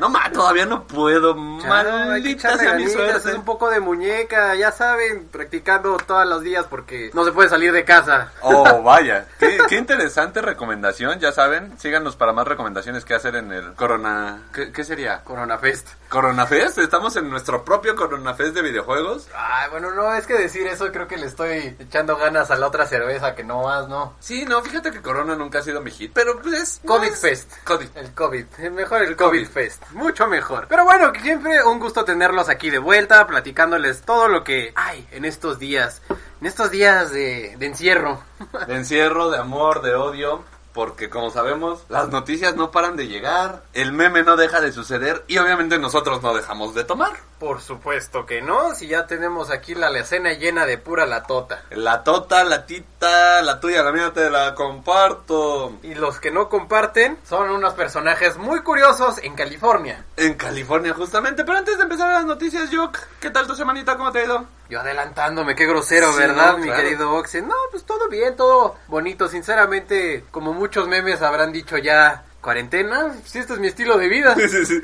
No, ma, todavía no puedo. Claro, hay que Maldita echarle sea mi ganitas, ¿eh? suerte. es un poco de muñeca, ya saben, practicando todos los días porque no se puede salir de casa. Oh, vaya. Qué, qué interesante recomendación, ya saben. Síganos para más recomendaciones que hacer en el Corona. ¿Qué, qué sería? Corona Fest. ¿Coronafest? Estamos en nuestro propio Coronafest de videojuegos. Ay, bueno, no, es que decir eso creo que le estoy echando ganas a la otra cerveza que no más, ¿no? Sí, no, fíjate que Corona nunca ha sido mi hit, pero pues es... COVID no es- Fest. COVID. El COVID, eh, mejor el COVID. COVID, Fest, mucho mejor. Pero bueno, que siempre un gusto tenerlos aquí de vuelta, platicándoles todo lo que hay en estos días, en estos días de, de encierro. De encierro, de amor, de odio. Porque como sabemos, las noticias no paran de llegar, el meme no deja de suceder y obviamente nosotros no dejamos de tomar. Por supuesto que no, si ya tenemos aquí la alacena llena de pura latota. La tota, la tita, la tuya, la mía, te la comparto. Y los que no comparten son unos personajes muy curiosos en California. En California, justamente. Pero antes de empezar las noticias, Jock, ¿qué tal tu semanita? ¿Cómo te ha ido? Yo adelantándome, qué grosero, Sí, ¿verdad, no, mi claro. querido Oxen? No, pues todo bien, todo bonito. Sinceramente, como muchos memes habrán dicho ya, cuarentena, si este es mi estilo de vida. Sí, sí, sí.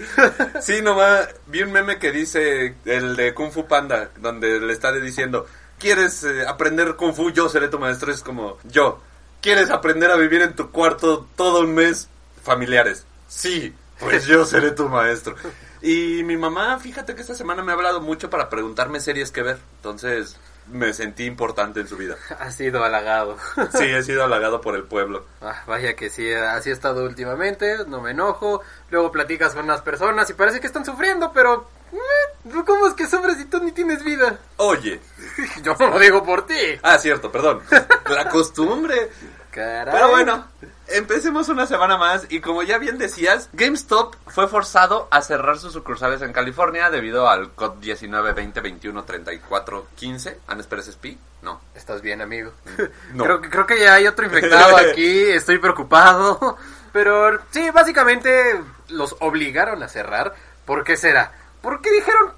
Sí, nomás vi un meme que dice el de Kung Fu Panda, donde le está diciendo, ¿quieres eh, aprender Kung Fu? Yo seré tu maestro. Es como, yo. ¿Quieres aprender a vivir en tu cuarto todo un mes? Familiares. Sí, pues yo seré tu maestro. Y mi mamá, fíjate que esta semana me ha hablado mucho para preguntarme series que ver. Entonces, me sentí importante en su vida. Ha sido halagado. Sí, he sido halagado por el pueblo. Ah, vaya que sí, así he estado últimamente, no me enojo. Luego platicas con unas personas y parece que están sufriendo, pero... eh, ¿Cómo es que sufres si tú ni tienes vida? Oye. Yo no lo digo por ti. Ah, cierto, perdón. La costumbre. Caray. Pero bueno, empecemos una semana más y como ya bien decías, GameStop fue forzado a cerrar sus sucursales en California debido al COD 19, 20, 21, 34, 15. ¿Anes Pérez Spi? No. Estás bien, amigo. No. Creo, que- creo que ya hay otro infectado aquí, estoy preocupado. Pero sí, básicamente los obligaron a cerrar. ¿Por qué será? Porque dijeron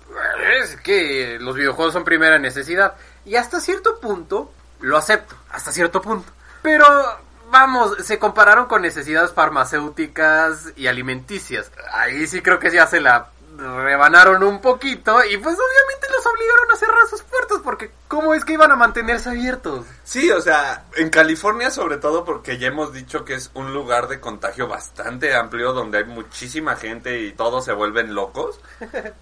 es que los videojuegos son primera necesidad. Y hasta cierto punto lo acepto, hasta cierto punto. Pero vamos, se compararon con necesidades farmacéuticas y alimenticias. Ahí sí creo que ya se la rebanaron un poquito y pues obviamente los obligaron a cerrar sus puertas porque ¿cómo es que iban a mantenerse abiertos? Sí, o sea, en California sobre todo porque ya hemos dicho que es un lugar de contagio bastante amplio donde hay muchísima gente y todos se vuelven locos,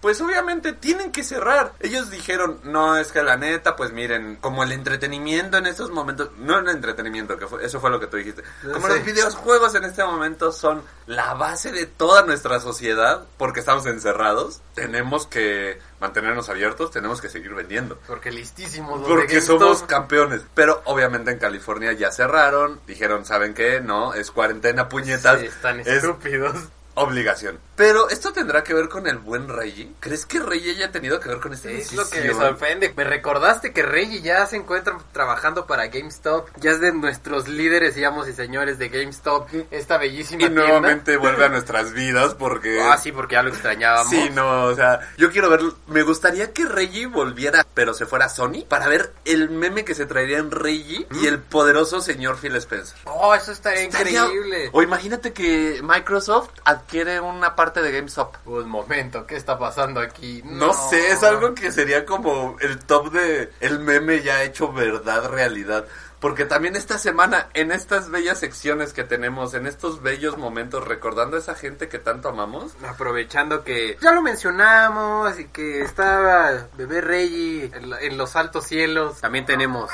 pues obviamente tienen que cerrar. Ellos dijeron, no, es que la neta, pues miren, como el entretenimiento en estos momentos, no el entretenimiento, que fue- eso fue lo que tú dijiste, como Sí. los videojuegos en este momento son la base de toda nuestra sociedad porque estamos encerrados, tenemos que mantenernos abiertos, tenemos que seguir vendiendo. Porque listísimos los de Porque GameStop. somos campeones. Pero obviamente en California ya cerraron. Dijeron, ¿saben qué? No, es cuarentena, puñetas. Sí, están es estúpidos. obligación. Pero esto tendrá que ver con el buen Reggie. ¿Crees que Reggie haya tenido que ver con esta Es decisión? lo que me sorprende. Me recordaste que Reggie ya se encuentra trabajando para GameStop. Ya es de nuestros líderes, digamos, y señores de GameStop. Esta bellísima Y tienda. nuevamente vuelve a nuestras vidas porque... Ah, sí, porque ya lo extrañábamos. Sí, no, o sea, yo quiero ver, me gustaría que Reggie volviera, pero se fuera a Sony, para ver el meme que se traería en Reggie Mm. y el poderoso señor Phil Spencer. Oh, eso estaría Estaría- increíble. O imagínate que Microsoft adquiere una parte de GameStop. Un momento, ¿qué está pasando aquí? No sé, es algo que sería como el top de el meme ya hecho verdad, realidad. Porque también esta semana, en estas bellas secciones que tenemos, en estos bellos momentos, recordando a esa gente que tanto amamos. Aprovechando que ya lo mencionamos y que estaba bebé Reggie en, la- en los altos cielos. También tenemos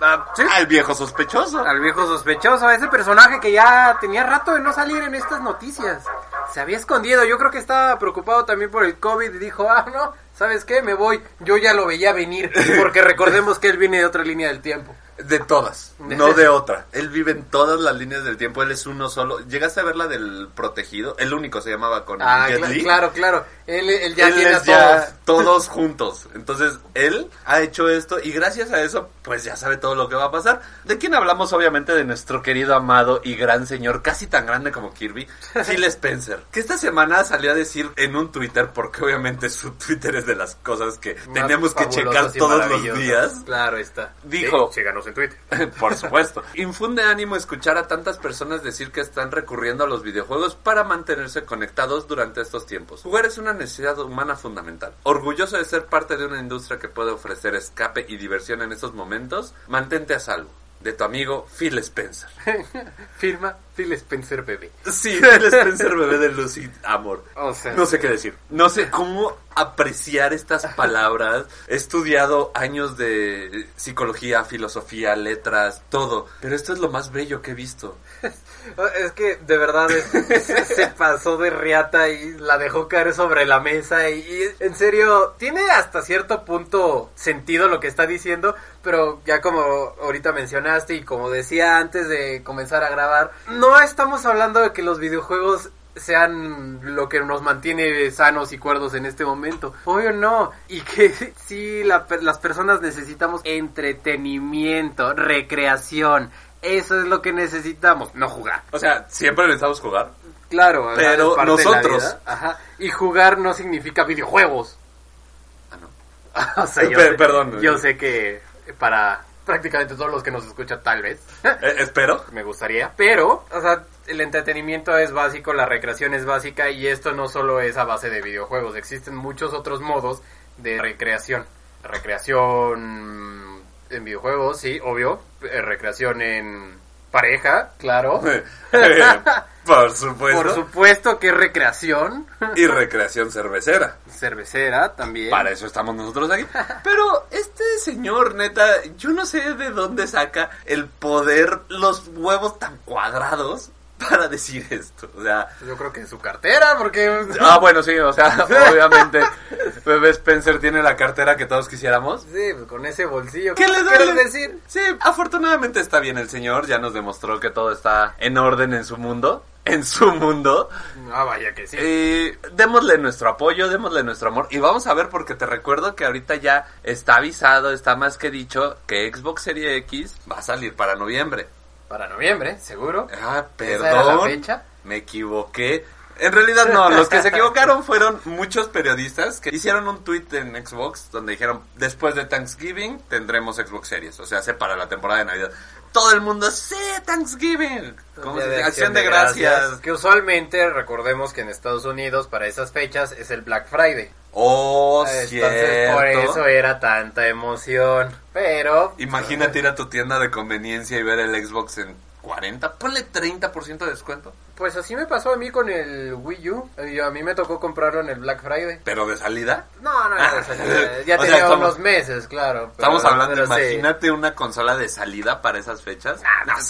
ah, sí, Al viejo sospechoso. al viejo sospechoso, ese personaje que ya tenía rato de no salir en estas noticias. Se había escondido, yo creo que estaba preocupado también por el COVID y dijo, ah, no, ¿sabes qué? Me voy. Yo ya lo veía venir, porque recordemos que él viene de otra línea del tiempo. De todas, no de otra. Él vive en todas las líneas del tiempo, él es uno solo. ¿Llegaste a ver la del protegido? El único se llamaba con Ah, Jet cla- Li. claro, claro. Él, él ya él tiene a es ya todos. todos juntos. Entonces, él ha hecho esto y gracias a eso, pues ya sabe todo lo que va a pasar. ¿De quién hablamos? Obviamente de nuestro querido, amado y gran señor, casi tan grande como Kirby, Phil Spencer. Que esta semana salió a decir en un Twitter, porque obviamente su Twitter es de las cosas que Más tenemos que fabulosos checar y todos los maravillosos. días. Claro, está. Dijo- Sí, síganos en Twitter. Por supuesto. Infunde ánimo escuchar a tantas personas decir que están recurriendo a los videojuegos para mantenerse conectados durante estos tiempos. Jugar es una necesidad humana fundamental. Orgulloso de ser parte de una industria que puede ofrecer escape y diversión en estos momentos, mantente a salvo. De tu amigo Phil Spencer. Firma Phil Spencer Bebé. Sí, Phil Spencer, bebé de Lucy Amor. O sea, No sé qué decir. No sé cómo apreciar estas palabras. He estudiado años de psicología, filosofía, letras, todo. Pero esto es lo más bello que he visto. Es que de verdad es- se, se pasó de riata y la dejó caer sobre la mesa y, y, en serio tiene hasta cierto punto sentido lo que está diciendo, pero ya como ahorita mencionaste y como decía antes de comenzar a grabar, no estamos hablando de que los videojuegos sean lo que nos mantiene sanos y cuerdos en este momento. Obvio no. Y que sí, la per- las personas necesitamos entretenimiento, recreación. Eso es lo que necesitamos, no jugar. O sea, siempre necesitamos jugar. Claro, ajá, Pero es parte de la nosotros. vida. Ajá. Y jugar no significa videojuegos. Ah, no. O sea, yo Pe- sé- perdón. Yo sé que para prácticamente todos los que nos escuchan, tal vez, Eh, espero. me gustaría. Pero, o sea, el entretenimiento es básico, la recreación es básica y esto no solo es a base de videojuegos. Existen muchos otros modos de recreación. Recreación en videojuegos, sí, obvio. Eh, Recreación en pareja, claro. Pues, Eh, Por supuesto. Por supuesto que es recreación. y recreación cervecera. cervecera también. Para eso estamos nosotros aquí. Pero este señor, neta, yo no sé de dónde saca el poder, los huevos tan cuadrados para decir esto. O sea, Pues Yo creo que en su cartera, porque... Ah, bueno, sí, o sea, obviamente Bebé Spencer tiene la cartera que todos quisiéramos. Sí, pues con ese bolsillo. ¿Qué le duele? quieres decir? Sí, afortunadamente está bien el señor, ya nos demostró que todo está en orden en su mundo, en su mundo. Ah, vaya que sí. Eh, démosle nuestro apoyo, démosle nuestro amor y vamos a ver porque te recuerdo que ahorita ya está avisado, está más que dicho que Xbox Series X va a salir para noviembre. Para noviembre, seguro. Ah, ¿Esa era la perdón. fecha? Me equivoqué. En realidad no, los que se equivocaron fueron muchos periodistas que hicieron un tweet en Xbox donde dijeron, después de Thanksgiving tendremos Xbox Series, o sea, se para la temporada de Navidad. Todo el mundo, sí, Thanksgiving. Como Día si- acción de gracias. Que usualmente, recordemos que en Estados Unidos, para esas fechas, es el Black Friday. Oh, Entonces, cierto. por eso era tanta emoción. Pero... Imagínate ir a tu tienda de conveniencia y ver el Xbox en 40, ponle 30% de descuento, Pues así me pasó a mí con el Wii U. Yo- a mí me tocó comprarlo en el Black Friday. pero de salida. No, no, no, o sea, ya, ya O sea, tenía estamos- unos meses, claro. pero- Estamos hablando, pero sí. Ah, imagínate una consola de salida para esas fechas. no,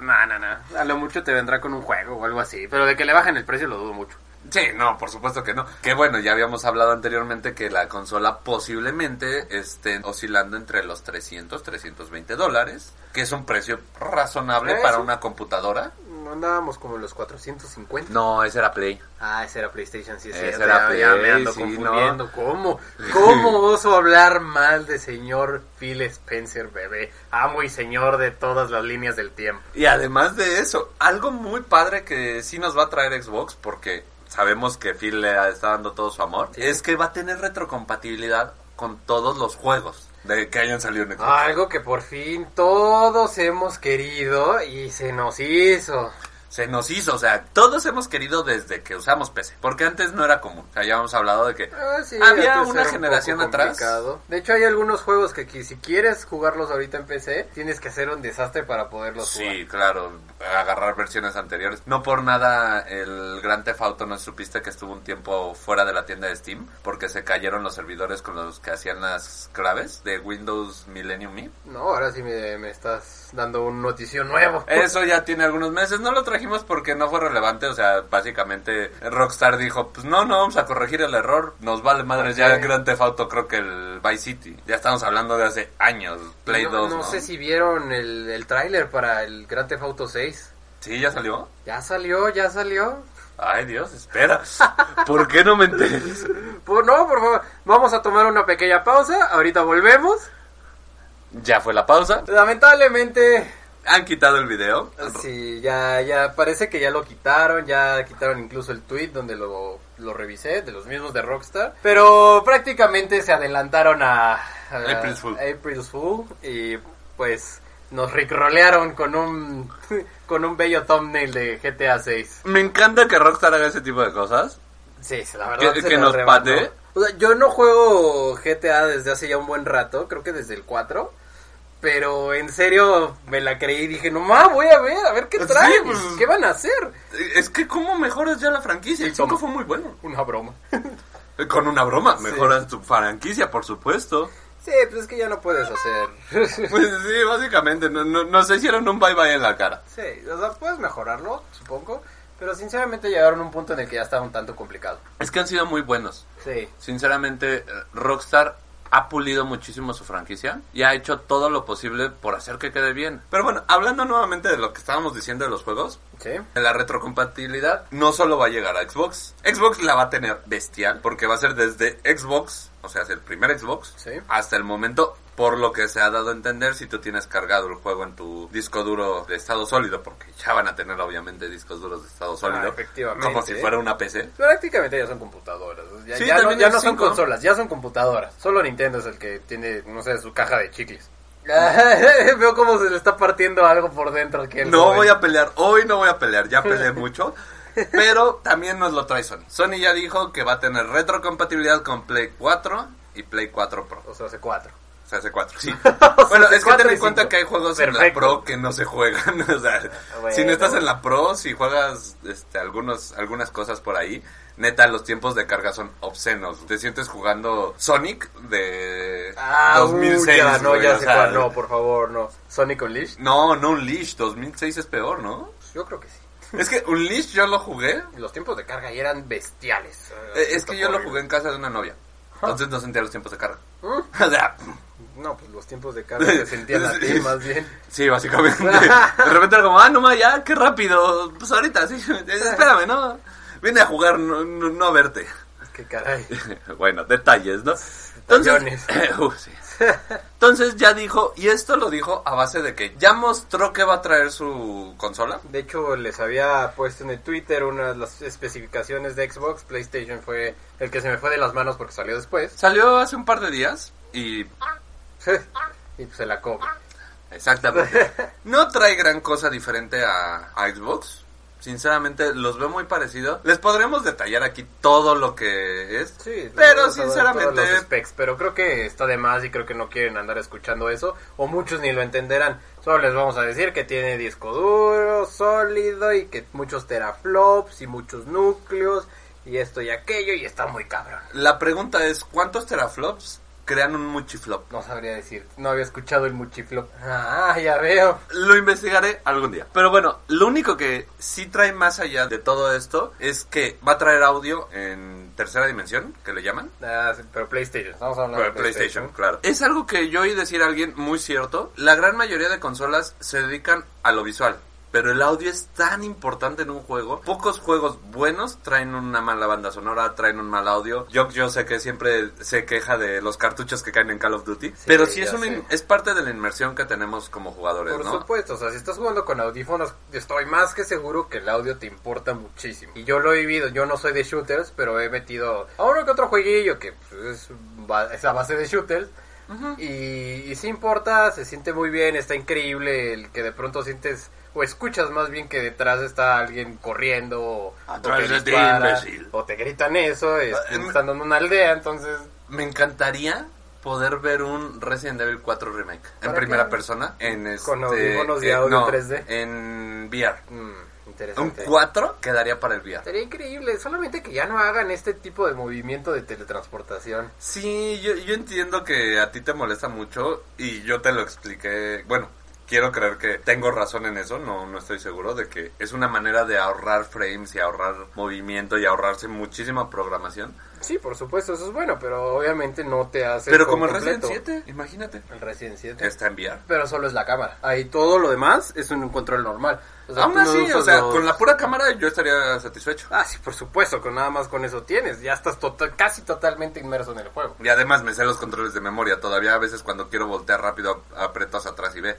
no, no, no. A lo mucho te vendrá con un juego o algo así, pero de que le bajen el precio lo dudo mucho. Sí, no, por supuesto que no. Que bueno, ya habíamos hablado anteriormente que la consola posiblemente esté oscilando entre los 300, 320 dólares, que es un precio razonable Eso. para una computadora. No andábamos como en los 450. No, ese era Play. Ah, ese era PlayStation, sí, Ese cierto, era ya, ya Play, me ando sí, confundiendo. ¿Cómo? ¿Cómo oso hablar mal de señor Phil Spencer, bebé? Amo y señor de todas las líneas del tiempo. Y además de eso, algo muy padre que sí nos va a traer Xbox, porque sabemos que Phil le está dando todo su amor, Sí. es que va a tener retrocompatibilidad con todos los juegos de que hayan salido en Xbox. Algo que por fin todos hemos querido y se nos hizo. Se nos hizo, o sea, todos hemos querido desde que usamos PC, porque antes no era común. O sea, ya hemos hablado de que Ah, sí, Había antes una era un generación poco atrás. complicado. De hecho, hay algunos juegos que qui- si quieres jugarlos ahorita en PC, tienes que hacer un desastre para poderlos Sí, claro, agarrar versiones anteriores. No por nada el Gran Theft Auto no supiste que estuvo un tiempo fuera de la tienda de Steam porque se cayeron los servidores con los que hacían las claves de Windows Millennium Me. jugar. No, ahora sí me, me estás dando un noticio nuevo. Eso ya tiene algunos meses, no lo trajimos porque no fue relevante, o sea, básicamente Rockstar dijo, pues no, no vamos a corregir el error, nos vale madre ya el Grand Theft Auto, creo que el Vice City. Ya estamos hablando de hace años, Play no, 2, no ¿no? sé si vieron el, el tráiler para el Grand Theft Auto 6. Sí, ya salió. Ya salió, ya salió. Ay, Dios, espera. ¿Por qué no me enteré de eso? Por- no, por favor, vamos a tomar una pequeña pausa. Ahorita volvemos. Ya fue la pausa. Lamentablemente, Han quitado el video. Sí, ya, ya, parece que ya lo quitaron, ya quitaron incluso el tweet donde lo, lo revisé, de los mismos de Rockstar. Pero prácticamente se adelantaron a, a April's Fool. April's Fool y pues nos ricrolearon con un con un bello thumbnail de GTA 6. Me encanta que Rockstar haga ese tipo de cosas. Sí, se- la verdad Que- se que la nos rebanó. patee. O sea, yo no juego GTA desde hace ya un buen rato, creo que desde el 4. Pero en serio me la creí y dije, no más, voy a ver, a ver qué Sí, traen, pues. qué van a hacer. Es que, ¿cómo mejoras ya la franquicia? El 5 ¿Cómo? fue muy bueno. Eh, Una broma. Con una broma, mejoras tu franquicia, por supuesto. Sí, pues es que ya no puedes hacer. Pues sí, básicamente, no, no- nos hicieron un bye bye en la cara. sí, o sea, puedes mejorarlo, supongo. Pero sinceramente llegaron a un punto en el que ya estaba un tanto complicado. Es que han sido muy buenos. Sí. Sinceramente, eh, Rockstar ha pulido muchísimo su franquicia y ha hecho todo lo posible por hacer que quede bien. Pero bueno, hablando nuevamente de lo que estábamos diciendo de los juegos, Sí. de la retrocompatibilidad no solo va a llegar a Xbox. Xbox la va a tener bestial porque va a ser desde Xbox, o sea, es el primer Xbox, Sí. hasta el momento, por lo que se ha dado a entender, si tú tienes cargado el juego en tu disco duro de estado sólido, porque ya van a tener obviamente discos duros de estado sólido, Ah, efectivamente. como si fuera una PC. Prácticamente ya son computadoras. Ya, Sí, ya no, también ya el no son cinco, ¿no? consolas, ya son computadoras. Solo Nintendo es el que tiene, no sé, su caja de chicles. Ah, Veo cómo se le está partiendo algo por dentro. Aquí al No joven. voy a pelear, hoy no voy a pelear, ya peleé mucho. Pero también nos lo trae Sony. Sony ya dijo que va a tener retrocompatibilidad con Play 4 y Play 4 Pro. O sea, hace cuatro. O sea, hace 4, sí. bueno, es que cuatro ten y en cuenta cinco. que hay juegos en la Perfecto. Pro que no se juegan. o sea, Ah, Bueno. si no estás en la Pro, si juegas este, algunos, algunas cosas por ahí, neta, los tiempos de carga son obscenos. Te sientes jugando Sonic de Ah, 2006. uh, ya, no, güey, ya o sé sea, cuál, no, por favor, no. Sonic Unleashed, No, no Unleashed, 2006 es peor, ¿no? yo creo que sí. Es que Unleashed yo lo jugué. Los tiempos de carga ahí eran bestiales. eh, Es que yo lo jugué en casa de una novia. Entonces no sentía los tiempos de carga. ¿Mm? O sea, No, pues los tiempos de carga se sentían a ti más bien. Sí, básicamente. De repente era como, ah, no, ma, ya, qué rápido. Pues ahorita, sí. Espérame, ¿no? Vine a jugar, no, no- no a verte. Qué caray. bueno, detalles, ¿no? Entonces, Uh, sí. Entonces ya dijo, y esto lo dijo a base de que ya mostró que va a traer su consola. De hecho, les había puesto en el Twitter una de las especificaciones de Xbox. PlayStation fue el que se me fue de las manos porque salió después. Salió hace un par de días y y pues se la cobra. Exactamente. No trae gran cosa diferente a, a Xbox. Sinceramente, los veo muy parecido. Les podremos detallar aquí todo lo que es. Sí, pero vamos a ver todos los sinceramente, specs, pero creo que está de más y creo que no quieren andar escuchando eso. O muchos ni lo entenderán. Solo les vamos a decir que tiene disco duro, sólido y que muchos teraflops y muchos núcleos y esto y aquello y está muy cabrón. la pregunta es: ¿cuántos teraflops crean un muchiflop? No sabría decir, no había escuchado el muchiflop. Ah, ya veo. Lo investigaré algún día. Pero bueno, lo único que sí trae más allá de todo esto es que va a traer audio en tercera dimensión, que le llaman. Ah, sí, pero PlayStation, estamos hablando Bueno, PlayStation, claro. Es algo que yo oí decir a alguien muy cierto. La gran mayoría de consolas se dedican a lo visual. Pero el audio es tan importante en un juego. Pocos juegos buenos traen una mala banda sonora, traen un mal audio. Yo, yo sé que siempre se queja de los cartuchos que caen en Call of Duty. pero sí es, ya una in- sé. es parte de la inmersión que tenemos como jugadores, Por ¿no? supuesto, o sea, si estás jugando con audífonos, estoy más que seguro que el audio te importa muchísimo. Y yo lo he vivido, yo no soy de shooters, pero he metido a uno que otro jueguillo que pues, es, ba- es a base de shooters. Y, y sí importa, se siente muy bien, está increíble el que de pronto sientes o escuchas más bien que detrás está alguien corriendo o, o través te de ti, dispara, imbécil. o te gritan eso, este, em- estando en una aldea, entonces Me encantaría poder ver un Resident Evil 4 remake en ¿Para primera qué? persona en este, Con audífonos de eh, audio no, 3D. en VR. mm, Un interesante. 4 quedaría para el VR. Sería increíble, solamente que ya no hagan este tipo de movimiento de teletransportación. Sí, yo, yo entiendo que a ti te molesta mucho y yo te lo expliqué. Bueno, quiero creer que tengo razón en eso, no, no estoy seguro de que es una manera de ahorrar frames y ahorrar movimiento y ahorrarse muchísima programación. Sí, por supuesto, eso es bueno, pero obviamente no te hace. Pero por como el Resident completo. 7, imagínate. El Resident 7. Está en VR. Pero solo es la cámara. Ahí todo lo demás es un control normal. O sea, Aún tú no así, o usas sea, los- con la pura cámara yo estaría satisfecho. Ah, sí, por supuesto, con nada más con eso tienes. Ya estás total- casi totalmente inmerso en el juego. Y además me sé los controles de memoria. Todavía a veces cuando quiero voltear rápido ap- aprieto hacia atrás y ve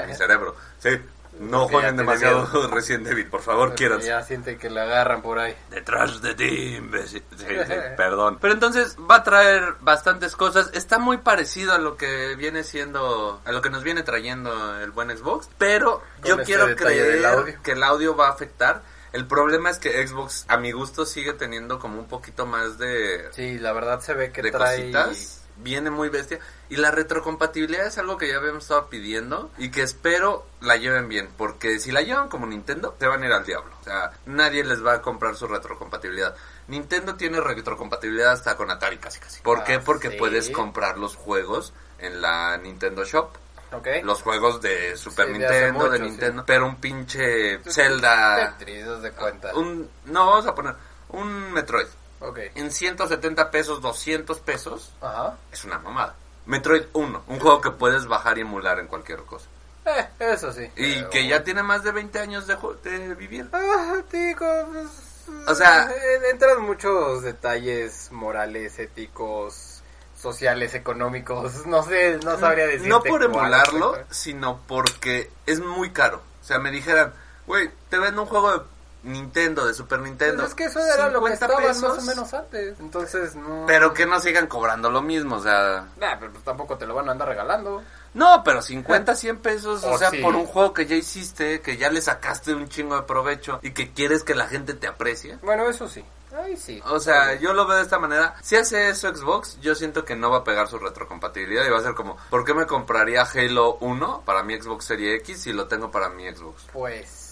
en mi cerebro. Sí. No Porque ya jueguen tiene demasiado miedo. Resident Evil, por favor, quieran. Ya siente que la agarran por ahí. Detrás de ti, imbécil. Sí, sí, perdón. Pero entonces va a traer bastantes cosas. Está muy parecido a lo que viene siendo, a lo que nos viene trayendo el buen Xbox. Pero Con yo este quiero detalle creer del audio. que el audio va a afectar. El problema es que Xbox, a mi gusto, sigue teniendo como un poquito más de, Sí, la verdad se ve que de trae... cositas. Viene muy bestia. Y la retrocompatibilidad es algo que ya habíamos estado pidiendo y que espero la lleven bien. Porque si la llevan como Nintendo, se van a ir al diablo. O sea, nadie les va a comprar su retrocompatibilidad. Nintendo tiene retrocompatibilidad hasta con Atari casi casi. ¿Por Ah, qué? Porque sí. puedes comprar los juegos en la Nintendo Shop. Ok. Los juegos de Super Eh. Sí, de hace Nintendo, de, mucho, Nintendo. sí. Pero un pinche Zelda... Tetris, haz de cuenta. Un, no, vamos a poner un Metroid. Ok. En 170 pesos, 200 pesos. Ajá. Es una mamada. Metroid 1, un juego que puedes bajar y emular en cualquier cosa. Eh, eso sí. Y Pero que ya tiene más de 20 años de, ju- de vivir. Ah, tico, pues, O sea- eh, entran muchos detalles morales, éticos, sociales, económicos. No sé, no sabría decir. Mm, No por emularlo, sino porque es muy caro. O sea, me dijeran, güey, te vendo un juego de Nintendo, de Super Nintendo. Pues es que eso era lo que 50 estaban más pesos, o menos antes. Entonces, no. Pero que no sigan cobrando lo mismo, o sea... Nah, pero pues tampoco te lo van a andar regalando. No, pero 50, 100 pesos, o Oh, sea, sí. por un juego que ya hiciste, que ya le sacaste un chingo de provecho y que quieres que la gente te aprecie. Bueno, eso sí. Ay, sí. O sea, yo lo veo de esta manera. Si hace eso Xbox, yo siento que no va a pegar su retrocompatibilidad y va a ser como, ¿por qué me compraría Halo 1 para mi Xbox Series X si lo tengo para mi Xbox? Pues.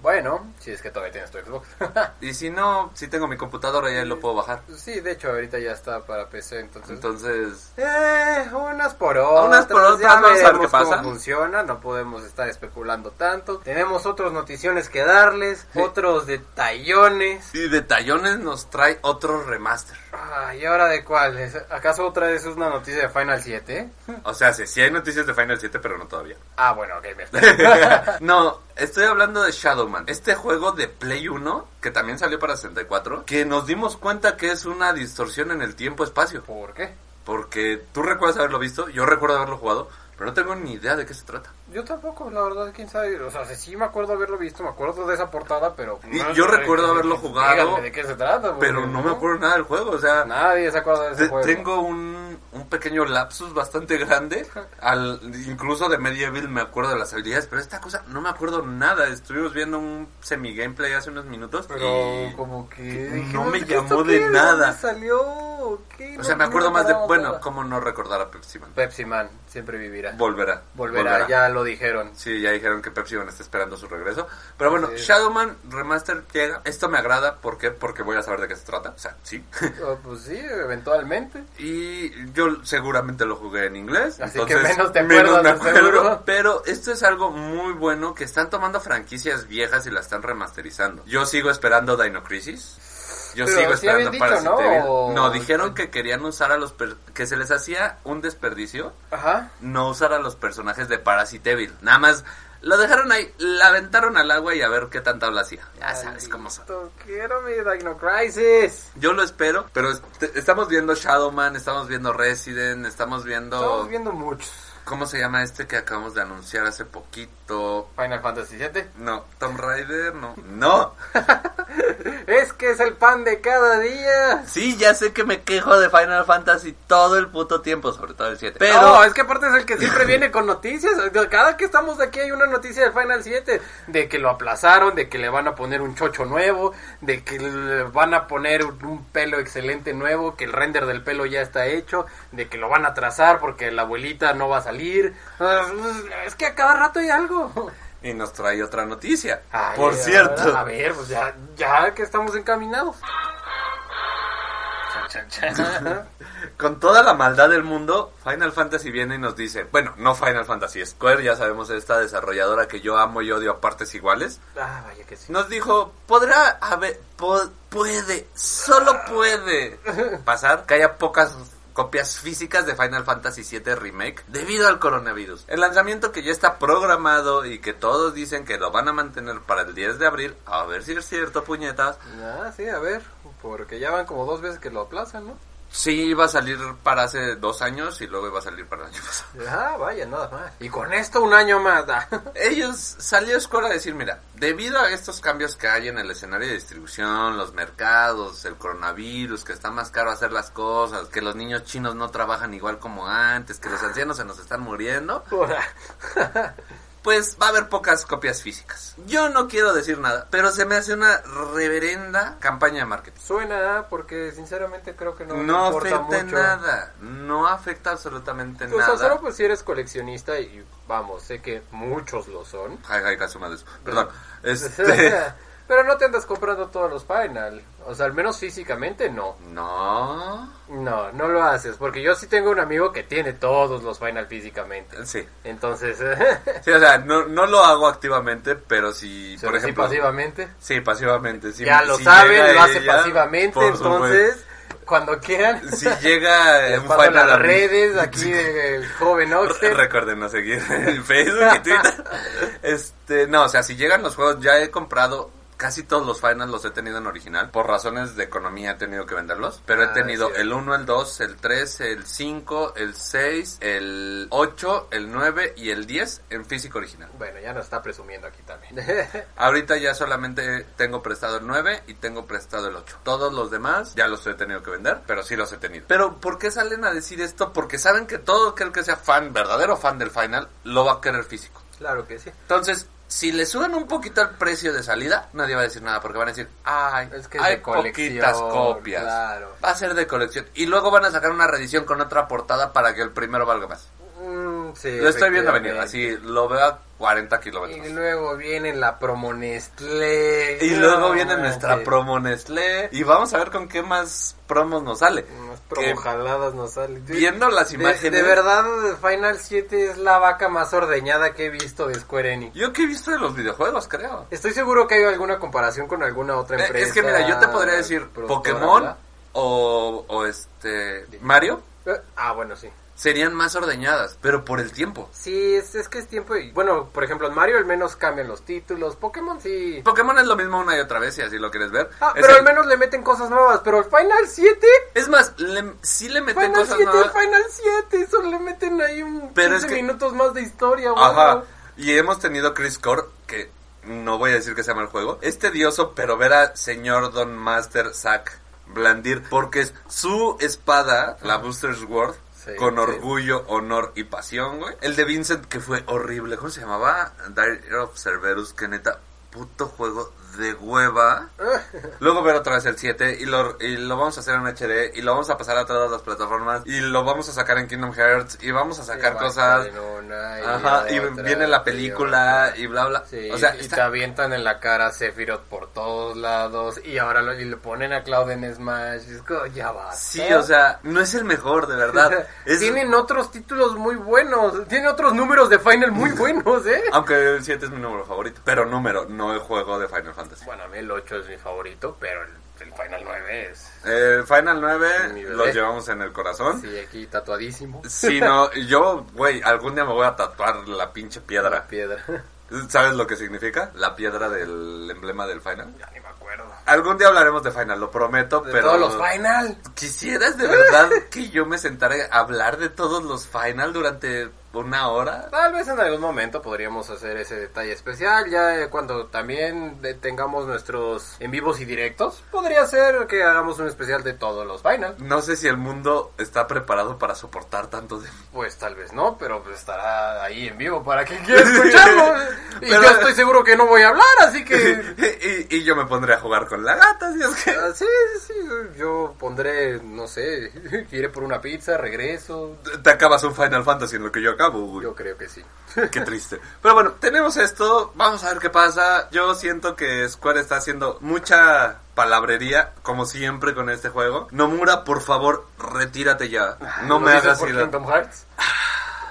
Bueno, si es que todavía tienes tu Xbox. Y si no, si tengo mi computadora ya lo puedo bajar. sí, de hecho, ahorita ya está para PC, entonces. Entonces, Eh, unas por otras. Unas por otras, ya vamos a ver veremos qué pasa. cómo funciona, no podemos estar especulando tanto. Tenemos otros noticiones que darles, Sí. otros detallones. y de tallones nos trae otro remaster. Ah, ¿Y ahora de cuál? ¿Es- ¿Acaso otra vez es una noticia de Final 7? O sea, sí, sí hay noticias de Final 7, pero no todavía. Ah, bueno, ok, me no, estoy hablando de Shadowman. Este juego de Play 1, que también salió para 64, que nos dimos cuenta que es una distorsión en el tiempo-espacio. ¿Por qué? Porque tú recuerdas haberlo visto, yo recuerdo haberlo jugado, pero no tengo ni idea de qué se trata. Yo tampoco, la verdad, quién sabe. O sea, sí me acuerdo haberlo visto, me acuerdo de esa portada, pero. Y yo recuerdo haberlo jugado, Díganme de qué se trata. porque Pero no me acuerdo nada del juego, o sea, Nadie se acuerda de ese te- juego. tengo un, un pequeño lapsus bastante grande, al, incluso de Medieval me acuerdo de las habilidades, pero esta cosa no me acuerdo nada. Estuvimos viendo un semi-gameplay hace unos minutos, Pero y- como que... no me ¿esto llamó qué? de dónde nada. salió? ¿Qué? o No- sea, me no acuerdo más de, acordaba bueno, nada. cómo no recordar a Pepsi Man. Pepsi Man siempre vivirá. Volverá. volverá, ya lo dijeron. Sí, ya dijeron que Pepsi van a estar esperando su regreso. Pero bueno, Así es. Shadowman Remaster llega. Esto me agrada. ¿Por qué? Porque voy a saber de qué se trata. O sea, sí. Oh, pues sí, eventualmente. y yo seguramente lo jugué en inglés. Así entonces, que menos te menos me acuerdas, de acuerdo. seguro. Pero esto es algo muy bueno que están tomando franquicias viejas y las están remasterizando. Yo sigo esperando Dino Crisis. Yo Pero sigo sí habían esperando dicho, para ¿no? No, dijeron que querían usar a los... per- que se les hacía un desperdicio Ajá. no usar a los personajes de Parasite Evil. Nada más lo dejaron ahí, la aventaron al agua y a ver qué tanta habla hacía. Ya sabes cómo son. Maldito, Quiero mi Dino Crisis. Yo lo espero, pero est- estamos viendo Shadowman, estamos viendo Resident, estamos viendo... Estamos viendo muchos. ¿Cómo se llama este que acabamos de anunciar hace poquito? Final Fantasy VII. No, Tom Raider, no. No. Es que es el pan de cada día. Sí, ya sé que me quejo de Final Fantasy todo el puto tiempo, sobre todo el 7. Pero... Pero es que aparte es el que siempre viene con noticias. Cada que estamos aquí hay una noticia de Final 7. De que lo aplazaron, de que le van a poner un chocho nuevo, de que le van a poner un- un pelo excelente nuevo, que el render del pelo ya está hecho, de que lo van a trazar porque la abuelita no va a salir. Es que a cada rato hay algo. Y nos trae otra noticia. Ay, Por a ver, cierto. A ver, pues ya, ya que estamos encaminados. Chan, chan, chan. Con toda la maldad del mundo, Final Fantasy viene y nos dice, bueno, no Final Fantasy, Square, ya sabemos esta desarrolladora que yo amo y odio a partes iguales, Ah, vaya que sí. nos dijo, podrá haber, po- puede, solo puede pasar que haya pocas copias físicas de Final Fantasy VII Remake debido al coronavirus. El lanzamiento que ya está programado y que todos dicen que lo van a mantener para el 10 de abril, a ver si es cierto, puñetas, Ah, sí, a ver, porque ya van como dos veces que lo aplazan, ¿no? Sí, iba a salir para hace dos años y luego iba a salir para el año pasado. Ah, vaya, nada más. Y con esto un año más. ah. Ellos salió Square a decir, mira, debido a estos cambios que hay en el escenario de distribución, los mercados, el coronavirus, que está más caro hacer las cosas, que los niños chinos no trabajan igual como antes, que los ancianos se nos están muriendo, pues va a haber pocas copias físicas. Yo no quiero decir nada, pero se me hace una reverenda campaña de marketing. Suena ah, porque sinceramente creo que no, No, no importa afecta en mucho. nada, no afecta absolutamente O sea, nada. solo pues si eres coleccionista y vamos, sé que muchos lo son. Hi, hi, Kazumadesu. Perdón. Este, Pero no te andas comprando todos los Final. O sea, al menos físicamente no. no. No, no lo haces. Porque yo sí tengo un amigo que tiene todos los Final físicamente. Sí. Entonces, Sí, o sea, no, no lo hago activamente, pero si, por por ejemplo... pasivamente. Sí, pasivamente. Si, ya lo si llega saben, lo hace ella, pasivamente. por supuesto. Entonces, cuando quieran, Si llega les un paso fan a las la redes aquí del joven Oxford. Recuerden seguir en Facebook y Twitter. Este, no, o sea, si llegan los juegos, ya he comprado casi todos los finals los he tenido en original. Por razones de economía he tenido que venderlos. Pero Ah, he tenido sí. el 1, el 2, el 3, el 5, el 6, el 8, el 9 y el 10 en físico original. Bueno, ya nos está presumiendo aquí también. Ahorita ya solamente tengo prestado el 9 y tengo prestado el 8. Todos los demás ya los he tenido que vender, pero sí los he tenido. Pero ¿por qué salen a decir esto? Porque saben que todo aquel que sea fan, verdadero fan del final, lo va a querer físico. claro que sí. Entonces, si le suben un poquito al precio de salida, nadie va a decir nada porque van a decir, ay, Es que es hay de colección, poquitas copias. claro. Va a ser de colección. Y luego van a sacar una reedición con otra portada para que el primero valga más. Mm, sí, Lo estoy viendo venir, efectivamente. así lo veo a 40 Y kilómetros. luego viene la promonestlé. Y luego No viene nuestra manches. promo Nestlé. Y vamos a ver con qué más promos nos sale. Unas Que promojaladas nos salen. viendo las De- imágenes. De, verdad, Final 7 es la vaca más ordeñada que he visto de Square Enix. Yo que he visto de los videojuegos, creo. Estoy seguro que hay alguna comparación con alguna otra Eh, empresa. es que mira, yo te podría decir productora, Pokémon ¿verdad? o, o este Mario Eh, Ah, bueno, sí. serían más ordeñadas, pero por el tiempo. Sí, es, es que es tiempo. Y, bueno, por ejemplo, en Mario al menos cambian los títulos. Pokémon sí. Pokémon es lo mismo una y otra vez, si así lo quieres ver. Ah, Es pero el- al menos le meten cosas nuevas. Pero el Final 7. Es más, le, sí le meten Final cosas 7, nuevas. Final 7. Solo le meten ahí un Pero 15 es que- minutos más de historia. wow. Ajá. Y hemos tenido Chris Core, que no voy a decir que se llama el juego. Es tedioso, pero ver a señor Don Master Zack blandir, porque es su espada, la Booster Sword, Sí, con sí. orgullo, honor y pasión, güey. El de Vincent, que fue horrible. ¿Cómo se llamaba? Dire of Cerberus, que neta, puto juego de hueva. Luego ver otra vez el 7 y lo, y lo vamos a hacer en HD y lo vamos a pasar a todas las plataformas y lo vamos a sacar en Kingdom Hearts y vamos a sacar Y avanzan cosas. en una, y Ajá, y otra, viene la y película otra. y bla bla. Sí, o sea, y te está- avientan en la cara a Sephiroth por todos lados. Y ahora lo, y le ponen a Cloud en Smash. Es como, ya va. sí, o sea, no es el mejor, de verdad. Es- Tienen otros títulos muy buenos. Tienen otros números de Final muy buenos, ¿eh? aunque el 7 es mi número favorito, pero número, no el juego de Final Fantasy. Bueno, a mí el 8 es mi favorito, pero el, el Final 9 es. El Eh, Final 9 Mi bebé. lo llevamos en el corazón. Sí, aquí tatuadísimo. Si no, yo, güey, algún día me voy a tatuar la pinche piedra. La piedra. ¿Sabes lo que significa? La piedra del emblema del Final. ya ni me acuerdo. Algún día hablaremos de Final, lo prometo, De pero todos los Final. ¿Quisieras de verdad que yo me sentara a hablar de todos los Final durante una hora? Tal vez en algún momento podríamos hacer ese detalle especial, ya eh, cuando también de- tengamos nuestros en vivos y directos, podría ser que hagamos un especial de todos los final. No sé si el mundo está preparado para soportar tanto de Pues tal vez no, pero pues, estará ahí en vivo para que quiera escucharlo. y Pero- yo estoy seguro que no voy a hablar, así que... y, y yo me pondré a jugar con la gata, si es que... Ah, Sí, sí, sí, yo pondré, no sé, iré por una pizza, regreso, Te acabas un Final Fantasy en lo que yo acabo, güey. yo creo que sí. Qué triste. Pero bueno, tenemos esto, vamos a ver qué pasa. Yo siento que Square está haciendo mucha palabrería, como siempre con este juego. Nomura, por favor, retírate ya. No me Ah, ¿Lo dices hagas por ir. a- Kingdom Hearts?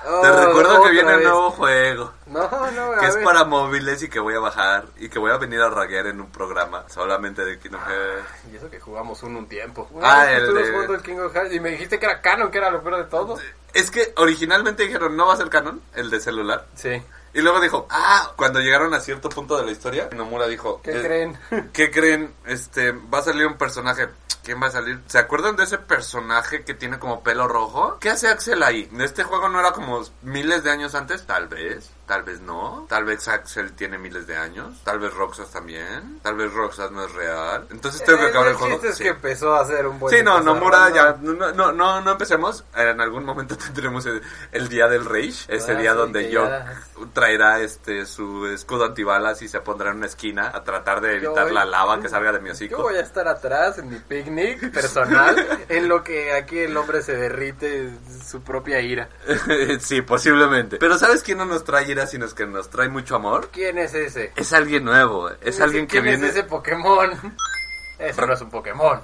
Te Oh, recuerdo que otra viene un vez. nuevo juego. No, no, a Que es ver. para móviles y que voy a bajar y que voy a venir a raguear en un programa solamente de Kingdom Hearts. Y eso que jugamos uno un tiempo. Ah, Ah, el el, de- jugando el King of Hearts y me dijiste que era canon, que era lo peor de todo. Es que originalmente dijeron no va a ser canon el de celular Sí. Y luego dijo, ah, cuando llegaron a cierto punto de la historia, Nomura dijo, ¿Qué eh, creen? ¿Qué creen? Este, va a salir un personaje. ¿Quién va a salir? ¿Se acuerdan de ese personaje que tiene como pelo rojo? ¿Qué hace Axel ahí? ¿Este juego no era como miles de años antes? Tal vez. Tal vez no. Tal vez Axel tiene miles de años. Tal vez Roxas también. Tal vez Roxas no es real. Entonces tengo que acabar el juego. chiste Eh, es Sí. que empezó a hacer un buen Sí, no, desarrollo. Nomura ya. No, no, no, no empecemos. En algún momento tendremos el, el día del Rage. Ese Ah, día sí, donde que yo ya- traerá este su escudo antibalas y se pondrá en una esquina a tratar de Yo evitar voy- la lava que salga de mi Yo hocico. voy a estar atrás en mi picnic personal, en lo que aquí el hombre se derrite en su propia ira. sí, posiblemente. Pero ¿sabes quién no nos trae ira, sino es que nos trae mucho amor? ¿Quién es ese? Es alguien nuevo, es alguien que ¿Quién viene... es ese Pokémon? Eso no es un Pokémon.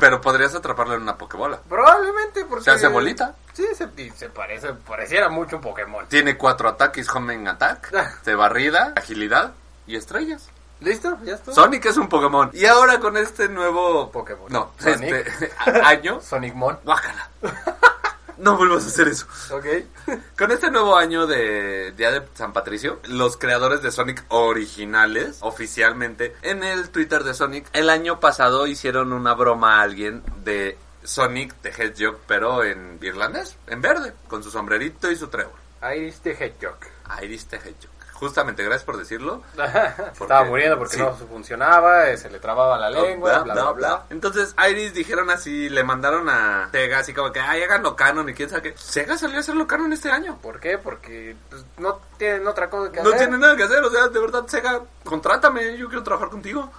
Pero podrías atraparlo en una pokebola. Probablemente porque... Se hace bolita. Sí, se, y se parece, pareciera mucho un Pokémon. Tiene cuatro ataques, homing Ah. attack, de barrida, agilidad y estrellas. ¿Listo? ¿Ya estuvo? Sonic es un Pokémon. Y ahora con este nuevo Pokémon. No, Sonic. este a- año. Sonic Mon. Guácala. No vuelvas a hacer eso. Ok. Con este nuevo año de Día de San Patricio, los creadores de Sonic originales, oficialmente, en el Twitter de Sonic, el año pasado hicieron una broma a alguien de Sonic the Hedgehog, pero en irlandés, en verde, con su sombrerito y su trébol. Iris the Hedgehog. Iris the Hedgehog. Justamente, gracias por decirlo. Estaba muriendo porque sí. no funcionaba, eh, se le trababa la lengua, bla, bla, bla. Entonces, Iris dijeron así, le mandaron a Sega, así como que, ay, háganlo canon y quién sabe qué. Sega salió a hacerlo canon este año. ¿Por qué? Porque pues, no tienen otra cosa que No hacer. tiene nada que hacer, o sea, de verdad, Sega, contrátame, yo quiero trabajar contigo.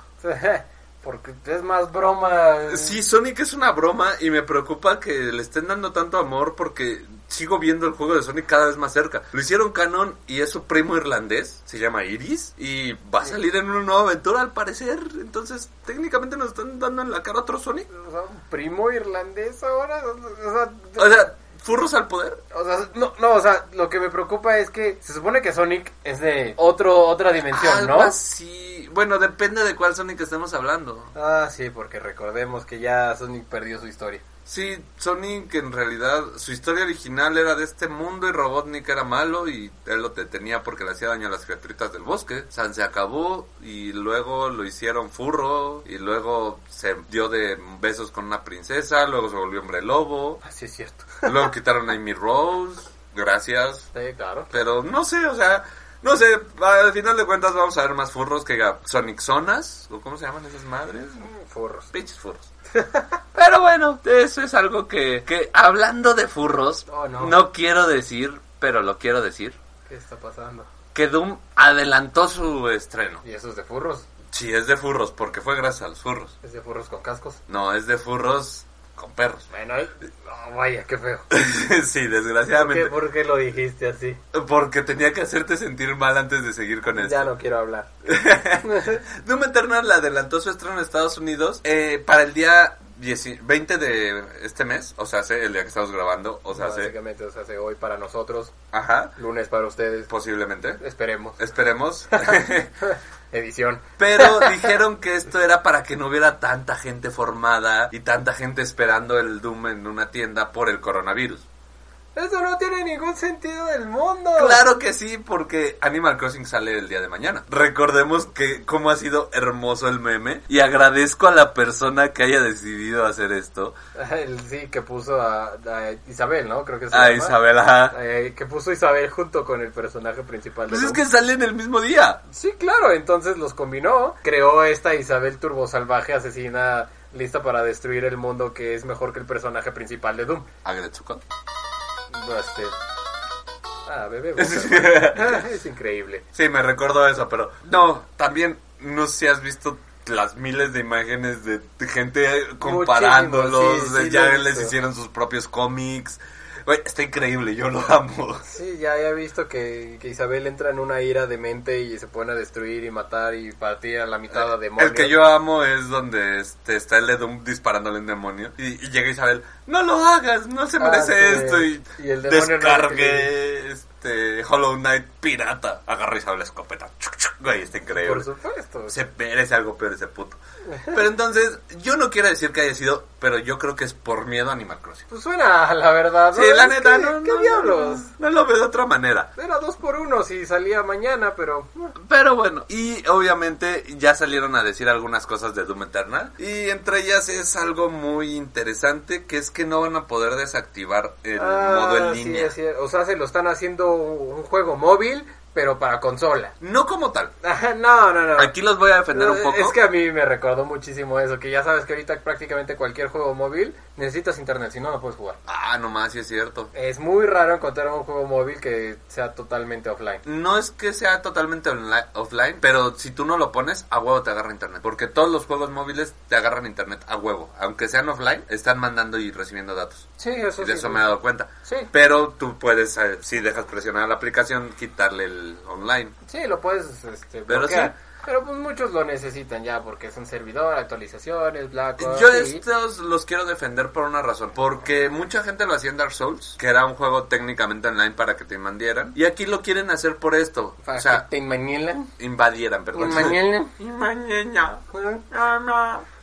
Porque es más broma. eh, Sí, Sonic es una broma y me preocupa que le estén dando tanto amor porque sigo viendo el juego de Sonic cada vez más cerca. Lo hicieron canon y es su primo irlandés, se llama Iris, y va a salir en una nueva aventura al parecer. Entonces, técnicamente nos están dando en la cara otro Sonic. O sea, un primo irlandés ahora. O sea, O sea, furros al poder. o sea, no, no, o sea, lo que me preocupa es que se supone que Sonic es de otro, otra dimensión, Algo ¿no? así. Bueno, depende de cuál Sonic estemos hablando. Ah, sí, porque recordemos que ya Sonic perdió su historia. Sí, Sonic en realidad su historia original era de este mundo y Robotnik era malo y él lo detenía porque le hacía daño a las criaturitas del bosque. San se acabó y luego lo hicieron furro y luego se dio de besos con una princesa, luego se volvió hombre lobo, Así es cierto. luego quitaron a Amy Rose, gracias, Sí, claro. pero no sé, o sea, no sé, al final de cuentas vamos a ver más furros que Sonic Zonas o cómo se llaman esas madres. Forros. Pinches furros. Pero bueno, eso es algo que, que hablando de furros, Oh, no. quiero decir, pero lo quiero decir, ¿Qué está pasando? que Doom adelantó su estreno. ¿Y eso es de furros? Sí, es de furros, porque fue gracias a los furros. ¿Es de furros con cascos? No, es de furros con perros. Bueno, eh, no, vaya, qué feo. sí, ¿Por qué, desgraciadamente. por qué lo dijiste así? Porque tenía que hacerte sentir mal antes de seguir con esto. Ya no quiero hablar. Doom Eternal le adelantó su estreno en Estados Unidos eh, para el día 10 20 de este mes, o sea, hace el día que estamos grabando, o sea, hace- Básicamente se hace hoy para nosotros, ajá, lunes para ustedes. posiblemente. Esperemos. Esperemos. Edición. Pero dijeron que esto era para que no hubiera tanta gente formada y tanta gente esperando el Doom en una tienda por el coronavirus. Eso no tiene ningún sentido del mundo. Claro que sí, porque Animal Crossing sale el día de mañana. Recordemos que cómo ha sido hermoso el meme y agradezco a la persona que haya decidido hacer esto, El sí que puso a, a Isabel, ¿no? Creo que se a llama. Isabela. Eh, que puso Isabel junto con el personaje principal. de Pues es Doom. que salen el mismo día. Sí, claro, entonces los combinó. Creó esta Isabel turbo salvaje asesina lista para destruir el mundo que es mejor que el personaje principal de Doom. Agretsuko. Este... Ah, bebé. Walter. es increíble. Sí, me recuerdo eso, pero no, también no sé si has visto las miles de imágenes de gente comparándolos, Muchísimo, sí, sí, lo ya he les visto. hicieron sus propios cómics. Güey, está increíble, yo lo amo. Sí, ya ya he visto que, que Isabel entra en una ira demente y se pone a destruir y matar y partir a la mitad a demonios. Eh, El que yo amo es donde este, está el de Doom disparándole a un demonio y, y llega Isabel, no lo hagas, no se Ah, merece sí. esto y, Y el demonio no lo descargué este, Hollow Knight pirata. Agarra y sabe la escopeta. Chuc, chuc, Güey, está increíble. Por supuesto. Se merece algo peor ese puto. Pero entonces, yo no quiero decir que haya sido, pero yo creo que es por miedo a Animal Crossing. Pues suena, la verdad. Sí, ¿no? la Es neta, que- no, ¿Qué no, no, diablos? no lo veo de otra manera. Era dos por uno si salía mañana, pero... eh, Pero bueno, y obviamente ya salieron a decir algunas cosas de Doom Eternal. Y entre ellas es algo muy interesante, que es que no van a poder desactivar el modo en ah, sí, línea. así es. O sea, se lo están haciendo un juego móvil, pero para consola. No como tal. Ajá, no, no, no. Aquí los voy a defender un poco. Eh, Es que a mí me recordó muchísimo eso, que ya sabes que ahorita prácticamente cualquier juego móvil necesitas internet, si no, no puedes jugar. Ah, nomás, sí es cierto. Es muy raro encontrar un juego móvil que sea totalmente offline. No es que sea totalmente onli- offline, pero si tú no lo pones, a huevo te agarra internet. Porque todos los juegos móviles te agarran internet a huevo. Aunque sean offline, están mandando y recibiendo datos. Sí, eso Y de sí. eso me he dado cuenta. Sí. Pero tú puedes, eh, si dejas presionada la aplicación, quitarle el online. Sí, lo puedes este, Pero bloquear. sí. Pero pues muchos lo necesitan ya porque son servidor, actualizaciones, bla, bla, Yo Ah, sí. estos los quiero defender por una razón. Porque mucha gente lo hacía en Dark Souls, que era un juego técnicamente online para que te mandieran. Y aquí lo quieren hacer por esto. Para o sea, que te inmanielan. invadieran, perdón. Inmanielan. Inmañeña.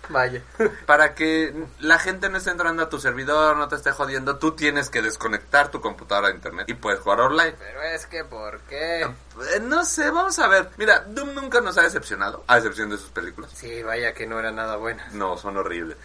Vaya. Para que la gente no esté entrando a tu servidor, no te esté jodiendo, tú tienes que desconectar tu computadora a internet y puedes jugar online. Pero es que, ¿por qué? Eh, No sé, vamos a ver. Mira, Doom nunca nos ha decepcionado, a excepción de sus películas. Sí, vaya que no era nada buena. No, son horribles.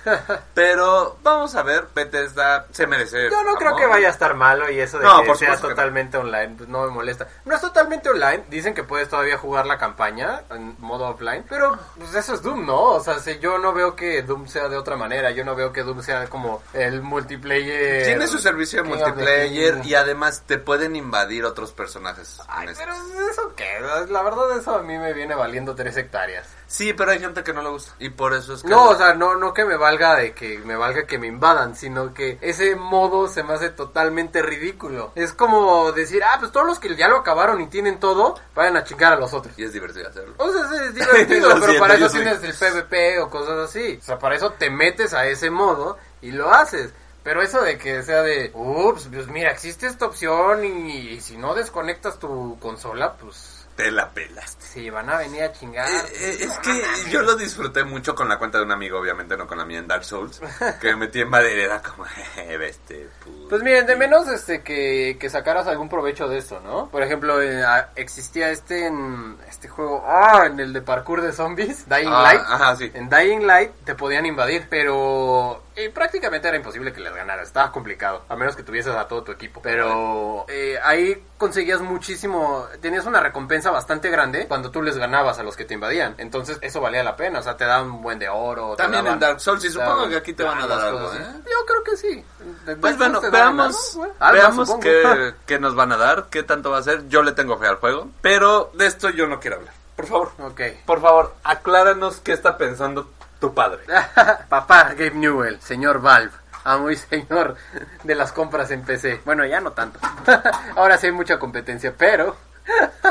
Pero vamos a ver, Bethesda se merece. Yo no creo amor. que vaya a estar malo y eso de No, que por sea supuesto que no. totalmente online, pues no me molesta. No es totalmente online, dicen que puedes todavía jugar la campaña en modo offline, pero pues eso es Doom, ¿no? O sea, si yo no veo que Doom sea de otra manera, yo no veo que Doom sea como el multiplayer. Tiene su servicio de King of the multiplayer King. y además te pueden invadir otros personajes. Ay, en este. pero eso qué, la verdad eso a mí me viene valiendo tres hectáreas. Sí, pero hay gente que no le gusta. Y por eso es que. No, o sea, no, no que me valga de que me valga que me invadan, sino que ese modo se me hace totalmente ridículo. Es como decir, ah, pues todos los que ya lo acabaron y tienen todo, vayan a chingar a los otros. Y es divertido hacerlo. O sea, sí, es divertido, Lo pero siento, para yo eso soy- tienes el PvP o cosas así. O sea, para eso te metes a ese modo y lo haces. Pero eso de que sea de, ups, pues mira, existe esta opción y, y si no desconectas tu consola, pues Te la pelas. sí, van a venir a chingar. Eh, eh, es que yo lo disfruté mucho con la cuenta de un amigo, obviamente no con la mía en Dark Souls, que me metí en maderera como, "Jeje, este puto". Pues miren, de menos este que, que sacaras algún provecho de esto, ¿no? Por ejemplo, eh, ah, existía este en este juego, ah, en el de parkour de zombies, Dying Ah, Light. ajá, sí. En Dying Light te podían invadir, pero eh, prácticamente era imposible que les ganara, estaba complicado, a menos que tuvieses a todo tu equipo. Pero eh, ahí conseguías muchísimo, tenías una recompensa bastante grande cuando tú les ganabas a los que te invadían. Entonces eso valía la pena, o sea, te daban un buen de oro. te También en daban- Dark Souls, y te supongo daban que aquí te van a armas, dar algo, cosas así. ¿eh? Yo creo que sí. De- Pues de- bueno, te dan veamos, algo, ¿eh? Algo, veamos supongo. qué, qué nos van a dar, qué tanto va a ser. Yo le tengo fe al juego, pero de esto yo no quiero hablar. Por favor, Ok. por favor, acláranos qué está pensando tu padre. Papá Gabe Newell, señor Valve, amo y señor de las compras en PC. Bueno, ya no tanto. Ahora sí hay mucha competencia, pero...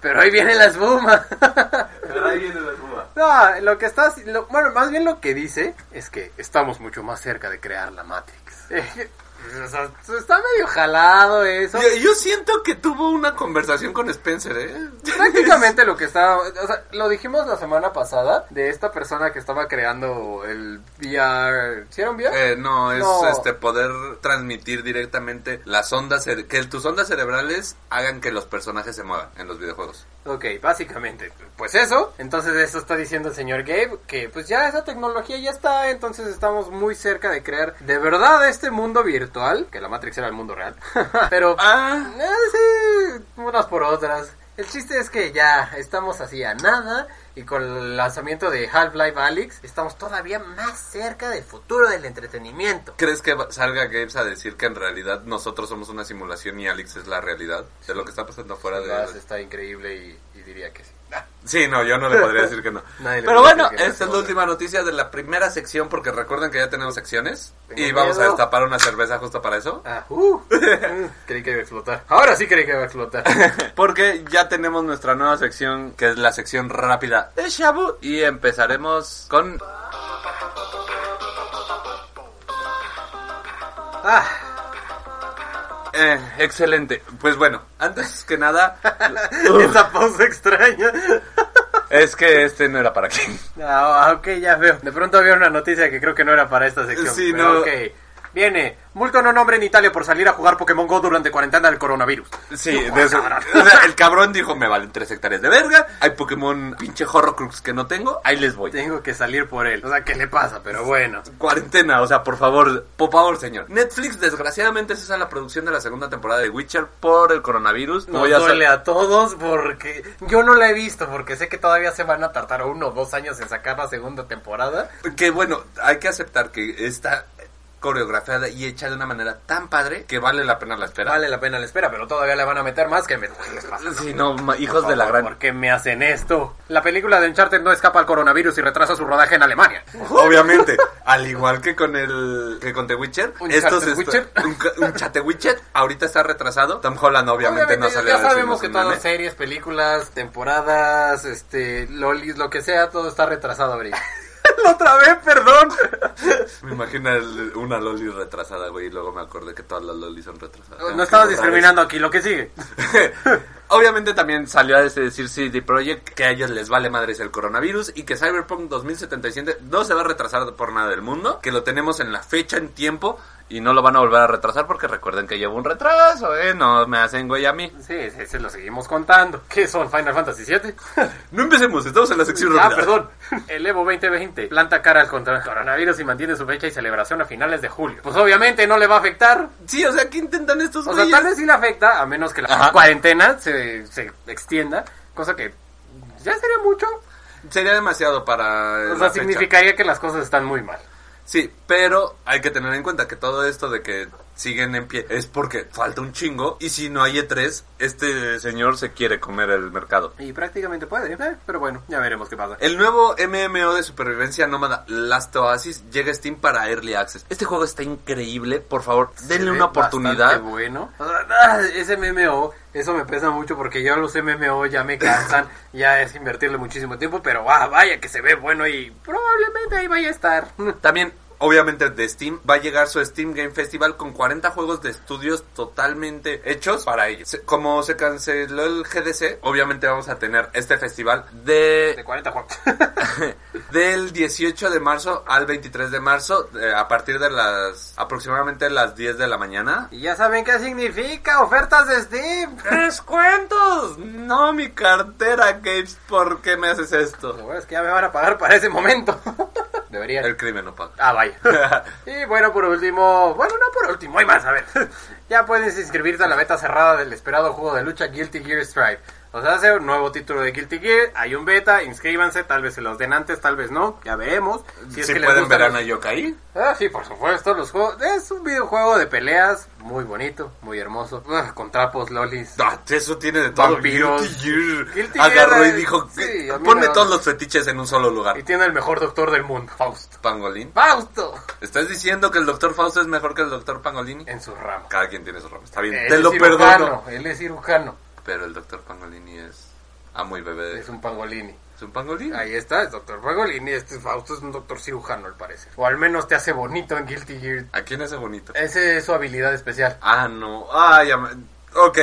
Pero ahí viene la espuma. No, lo que estás, lo- bueno, más bien lo que dice es que estamos mucho más cerca de crear la Matrix. O sea, está medio jalado eso. Yo, yo siento que tuvo una conversación con Spencer, ¿eh? Prácticamente lo que estaba, o sea, lo dijimos la semana pasada de esta persona que estaba creando el VR, ¿sí era un VR? Eh, no, es No. este poder transmitir directamente las ondas, cere- que tus ondas cerebrales hagan que los personajes se muevan en los videojuegos. Ok, básicamente, pues eso. Entonces eso está diciendo el señor Gabe, que pues ya esa tecnología ya está, entonces estamos muy cerca de crear de verdad este mundo virtual, que la Matrix era el mundo real, pero Ah, eh, sí, unas por otras. El chiste es que ya estamos así a nada y con el lanzamiento de Half-Life Alyx estamos todavía más cerca del futuro del entretenimiento. ¿crees que va- salga Games a decir que en realidad nosotros somos una simulación y Alex es la realidad de lo que está pasando fuera Además, de... está increíble y, y diría que sí. Sí, no, yo no le podría decir que no. Nadie le Pero podría bueno, decir que esta no es se la mueve. última noticia de la primera sección porque recuerden que ya tenemos secciones Tengo y vamos a miedo. destapar una cerveza justo para eso. Ah, uh, creí que iba a explotar. Ahora sí creí que iba a explotar. Porque ya tenemos nuestra nueva sección, que es la sección rápida de Shabu. Y empezaremos con... Ah, Eh, excelente. Pues bueno, antes que nada, Esa pausa extraña. es que este no era para aquí. Ah, ok, ya veo. De pronto había una noticia que creo que no era para esta sección. Sí, pero no. ok. Viene. Multo no nombre en Italia por salir a jugar Pokémon GO durante cuarentena del coronavirus. Sí, de eso- o sea, el cabrón dijo, me valen tres hectáreas de verga, hay Pokémon pinche Horrocrux que no tengo, ahí les voy. Tengo que salir por él. O sea, ¿qué le pasa? Pero bueno. Cuarentena, o sea, por favor, por favor, señor. Netflix, desgraciadamente, cesa la producción de la segunda temporada de Witcher por el coronavirus. Como Nos ya sa- duele a todos porque yo no la he visto porque sé que todavía se van a tardar uno o dos años en sacar la segunda temporada. Que bueno, hay que aceptar que está coreografiada y hecha de una manera tan padre que vale la pena la espera. Vale la pena la espera, pero todavía le van a meter más que me... ¿Qué les pasa? Sí, no, ma- hijos de la favor, gran. ¿Por qué me hacen esto? La película de Uncharted no escapa al coronavirus y retrasa su rodaje en Alemania. Obviamente, al igual que con el que con The Witcher, Un estos Chate est- Witcher. un, ca- un Chate Witcher ahorita está retrasado. Tom Holland obviamente, no salió ya a decirnos sabemos que un todas meme. series, películas, temporadas, este, lolis, lo que sea, todo está retrasado ahorita. Otra vez, perdón. Me imagino el- una loli retrasada, güey, y luego me acordé que todas las lolis son retrasadas. No estabas Qué discriminando aquí, lo que sigue. raro. Obviamente también salió a decir CD Projekt que a ellos les vale madres el coronavirus y que Cyberpunk 2077 no se va a retrasar por nada del mundo, que lo tenemos en la fecha, en tiempo y no lo van a volver a retrasar porque recuerden que llevo un retraso, eh, no me hacen güey a mí. Sí, sí, sí, lo seguimos contando. ¿Qué son Final Fantasy VII? No empecemos, estamos en la sección ah, rápida. perdón. El Evo 2020 planta cara al contra- coronavirus y mantiene su fecha y celebración a finales de julio. Pues obviamente no le va a afectar. Sí, o sea, ¿qué intentan estos O sea, güeyes? tal vez sí le afecta, a menos que la Ajá. cuarentena se, se extienda, cosa que ya sería mucho. Sería demasiado para... O la sea, fecha. significaría que las cosas están muy mal. Sí, pero hay que tener en cuenta que todo esto de que siguen en pie es porque falta un chingo y si no hay E3, este señor se quiere comer el mercado. Y prácticamente puede, eh, pero bueno, ya veremos qué pasa. El nuevo MMO de supervivencia nómada Last Oasis llega a Steam para Early Access. Este juego está increíble, por favor, denle Se ve una bastante oportunidad. bueno. Ah, Ese MMO, eso me pesa mucho porque yo los MMO ya me cansan, ya es invertirle muchísimo tiempo, pero ah, vaya que se ve bueno y probablemente ahí vaya a estar. También, obviamente, de Steam va a llegar su Steam Game Festival con 40 juegos de estudios totalmente hechos para ellos. Se- Como se canceló el GDC, obviamente vamos a tener este festival De de 40 juegos. del 18 de marzo al 23 de marzo eh, a partir de las aproximadamente las 10 de la mañana. y ya saben qué significa ofertas de Steam. ¡Descuentos! No mi cartera, Gates, ¿por qué me haces Lo esto? bueno es que ya me van a pagar para ese momento. Debería. El crimen no paga. Ah, vaya. Y bueno, por último, bueno, no por último, hay más, a ver. Ya puedes inscribirte a la beta cerrada del esperado juego de lucha Guilty Gear Strive. O sea, hace un nuevo título de Guilty Gear, hay un beta, inscríbanse, tal vez se los den antes, tal vez no, ya vemos. Si es que les pueden gustan ver a los- Nayoka ahí. Ah, sí, por supuesto, los juegos... Es un videojuego de peleas muy bonito, muy hermoso, Ugh, con trapos, lolis. Ah, eso tiene de todo. Vampiros. Guilty Gear. Guilty Agarró Gear, y dijo, sí, a mí ponme no. todos los fetiches en un solo Y lugar. tiene el mejor doctor del mundo, Fausto. Pangolín. ¡Fausto! ¿Estás diciendo que el doctor Fausto es mejor que el doctor Pangolini? En su rama. Cada quien tiene su rama. Está bien, Él te es Eh, lo cirujano, perdono. Él es cirujano, Pero el doctor Pangolini es... Ah, muy bebé. es un pangolini. ¿Es un pangolín? Ahí está, el doctor Pangolini. Este Fausto es un doctor cirujano, al parecer. O al menos te hace bonito en Guilty Gear. ¿A quién hace bonito? Esa es su habilidad especial. Ah, no. Ah, ya me... Ok.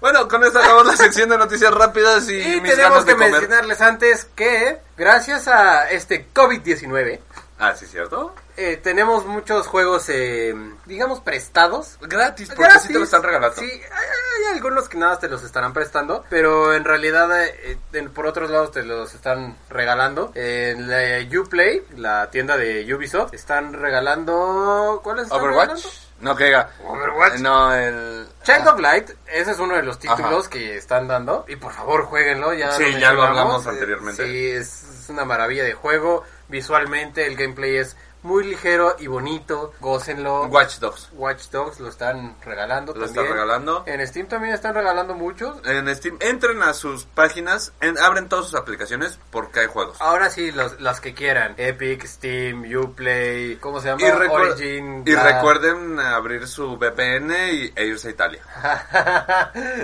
Bueno, con esto acabamos la sección de noticias rápidas y, Y mis ganas tenemos que de comer. mencionarles antes que, gracias a este COVID-19, Ah, sí, ¿cierto? eh, tenemos muchos juegos, eh, digamos, prestados. Gratis, porque Gratis. sí te lo están regalando. Sí, hay, hay algunos que nada más te los estarán prestando, pero en realidad eh, en- por otros lados te los están regalando. En la eh, Uplay, la tienda de Ubisoft, están regalando... ¿Cuáles están ¿Overwatch? regalando? No, que diga. Overwatch. No, el... ah, Child of Light, ese es uno de los títulos Ajá. que están dando. Y por favor, jueguenlo. Ya Sí, ya lo mencionamos. hablamos Eh, anteriormente. Sí, es, es una maravilla de juego. Visualmente, el gameplay es muy ligero y bonito. Gócenlo. Watch Dogs. Watch Dogs lo están regalando Lo también. están regalando. En Steam también están regalando muchos. En Steam, entren a sus páginas, en- abren todas sus aplicaciones porque hay juegos. Ahora sí, los, las que quieran. Epic, Steam, Uplay, ¿cómo se llama? Y, recuer- Origin. y bla. recuerden abrir su VPN y, e irse a Italia.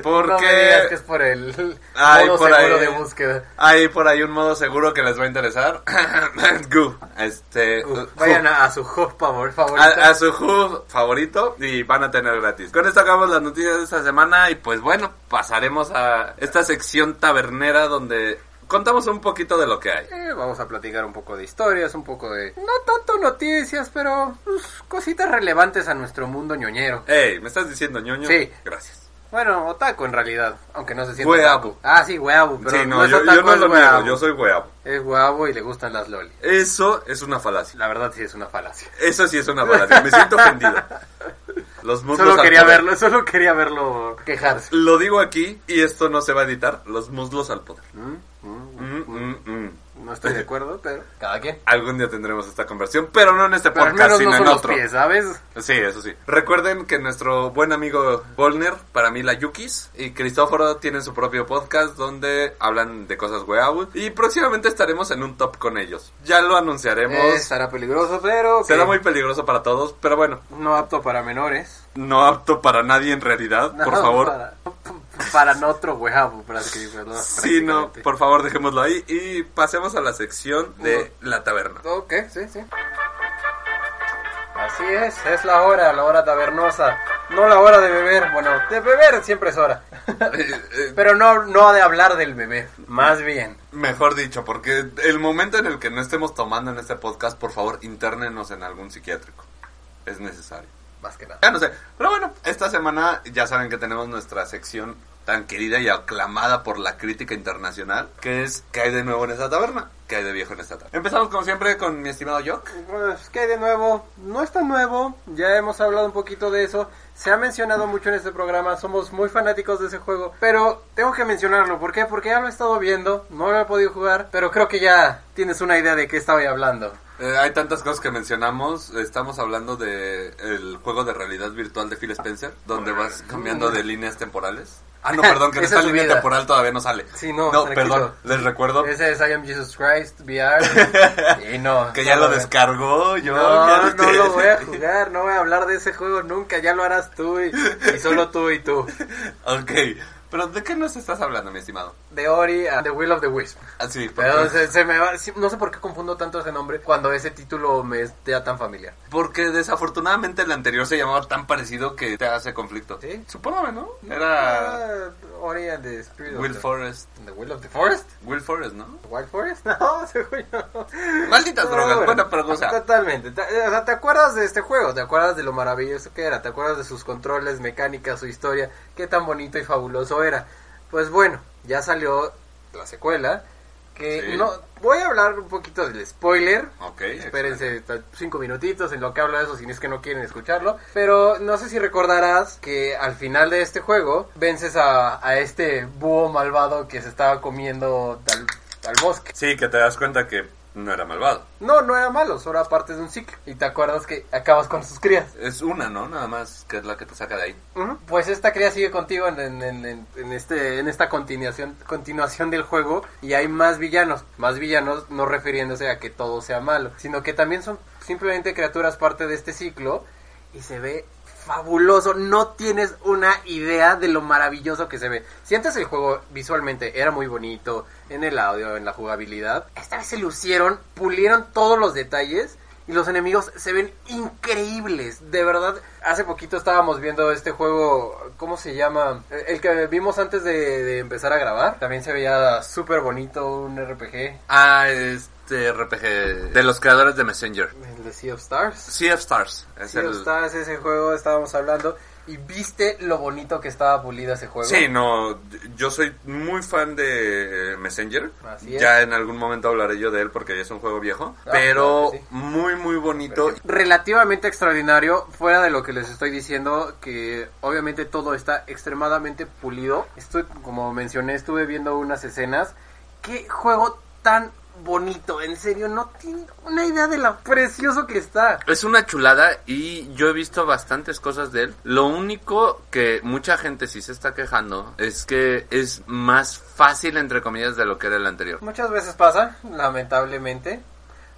Porque- No me digas que es por el Ay, modo por seguro ahí. de búsqueda. Hay por ahí un modo seguro que les va a interesar. Gu. Este, Gu. uh, Vayan Vayan a, a su hub, por favor. A, a su hub favorito y van a tener gratis. Con esto acabamos las noticias de esta semana y pues bueno, pasaremos a esta sección tabernera donde contamos un poquito de lo que hay. Eh, vamos a platicar un poco de historias, un poco de... No tanto noticias, pero pues, cositas relevantes a nuestro mundo ñoñero. Ey, ¿me estás diciendo ñoño? Sí. Gracias. Bueno, otaku en realidad, aunque no se siente Weeaboo. otaku. Ah, sí, weabu, pero sí, no, no es yo, otaku, yo no es lo niego, weeaboo. yo soy weabo. Es guapo y le gustan las loli. Eso es una falacia. La verdad sí es una falacia. Eso sí es una falacia. Me siento ofendido. Los muslos Solo quería al poder. verlo, solo quería verlo quejarse. Lo digo aquí y esto no se va a editar. Los muslos al poder. Mm, mm, Mm, mm, mm. No estoy de acuerdo, pero cada quien. Algún día tendremos esta conversión, pero no en este Pero al podcast, menos sino no son en los otro. pies, ¿sabes? Sí, eso sí. Recuerden que nuestro buen amigo Volner, para mí la Yukis, y Cristóforo tienen su propio podcast donde hablan de cosas weabus. Y próximamente estaremos en un top con ellos. Ya lo anunciaremos. Eh, estará peligroso, pero... que Será muy peligroso para todos, pero bueno, No apto para menores. no apto para nadie en realidad, por No, favor. Para, para no otro guapo, prácticamente. Sí, no, por favor, dejémoslo ahí y pasemos a la sección de la taberna. Ok, sí, sí. Así es, es la hora, la hora tabernosa. No la hora de beber, bueno, de beber siempre es hora. Eh, Pero no, no de hablar del bebé, más bien. Mejor dicho, porque el momento en el que no estemos tomando en este podcast, por favor, internenos en algún psiquiátrico. Es necesario. Más que nada. Ya no sé. Pero bueno, esta semana ya saben que tenemos nuestra sección tan querida y aclamada por la crítica internacional, que es ¿Qué hay de nuevo en esta taberna? ¿Qué hay de viejo en esta taberna? Empezamos como siempre con mi estimado Jock. Pues que de nuevo, no es tan nuevo, ya hemos hablado un poquito de eso, se ha mencionado mucho en este programa, somos muy fanáticos de ese juego, pero tengo que mencionarlo, ¿por qué? Porque ya lo he estado viendo, no lo he podido jugar, pero creo que ya tienes una idea de qué estaba hablando. Eh, hay tantas cosas que mencionamos. Estamos hablando de el juego de realidad virtual de Phil Spencer, donde vas cambiando de líneas temporales. Ah, no, perdón, que en Mm. Esa esta es su línea vida. temporal todavía no sale. Sí, no, No, tranquilo. perdón, les recuerdo Ese es I Am Jesus Christ VR. y no. que ya no lo veo. descargó. Yo ya No, lo- no lo voy a jugar, no voy a hablar de ese juego nunca, ya lo harás tú y, y solo tú y tú. Ok, pero ¿de qué nos estás hablando, mi estimado? De Ori a The Will of the Wisp. Así, porque, Pero se, se me va- sí, no sé por qué confundo tanto ese nombre cuando ese título me es ya tan familiar. porque desafortunadamente el anterior se llamaba tan parecido que te hace conflicto. ¿Sí? Supongo, ¿no? Era Ah, Ori and the Spirit of Will the- Forrest. The Will of the Forest? Will Forest, ¿no? ¿Wild Forest? No, seguro no. Malditas No, drogas, bueno, buena pregunta. Totalmente. Ta- O sea, ¿te acuerdas de este juego? ¿Te acuerdas de lo maravilloso que era? ¿Te acuerdas de sus controles, mecánicas, su historia? ¿Qué tan bonito y fabuloso era? Pues bueno, ya salió la secuela. Que Sí. no. Voy a hablar un poquito del spoiler. Ok, Espérense ta- cinco minutitos en lo que hablo de eso si es que no quieren escucharlo. Pero no sé si recordarás que al final de este juego vences a, a este búho malvado que se estaba comiendo al, al bosque. Sí, que te das cuenta que no era malvado. No, no era malo, solo era parte de un ciclo. Y te acuerdas que acabas con sus crías. Es una, ¿no? Nada más, que es la que te saca de ahí. Pues esta cría sigue contigo en, en- en- en- en este, en esta continuación, continuación del juego y hay más villanos. Más villanos no refiriéndose a que todo sea malo, sino que también son simplemente criaturas parte de este ciclo y se ve fabuloso. No tienes una idea de lo maravilloso que se ve. Si antes el juego visualmente era muy bonito, en el audio, en la jugabilidad, esta vez se lucieron, pulieron todos los detalles. Y los enemigos se ven increíbles, de verdad. Hace poquito estábamos viendo este juego, ¿cómo se llama? Eh, El que vimos antes de, de empezar a grabar. También se veía súper bonito un RPG, Ah, este RPG de los creadores de Messenger. el de Sea of Stars. Sea of Stars. Es Sea el... of Stars, ese juego estábamos hablando. Y viste lo bonito que estaba pulido ese juego. Sí, no, yo soy muy fan de Messenger. Así es. Ya en algún momento hablaré yo de él porque es un juego viejo. Ah, pero claro que sí. muy, muy bonito. relativamente extraordinario, fuera de lo que les estoy diciendo, que obviamente todo está extremadamente pulido. Estoy, como mencioné, estuve viendo unas escenas. Qué juego tan bonito, en serio, no tiene una idea de lo precioso que está. Es una chulada y yo he visto bastantes cosas de él. Lo único que mucha gente sí se está quejando es que es más fácil, entre comillas, de lo que era el anterior. Muchas veces pasa, lamentablemente.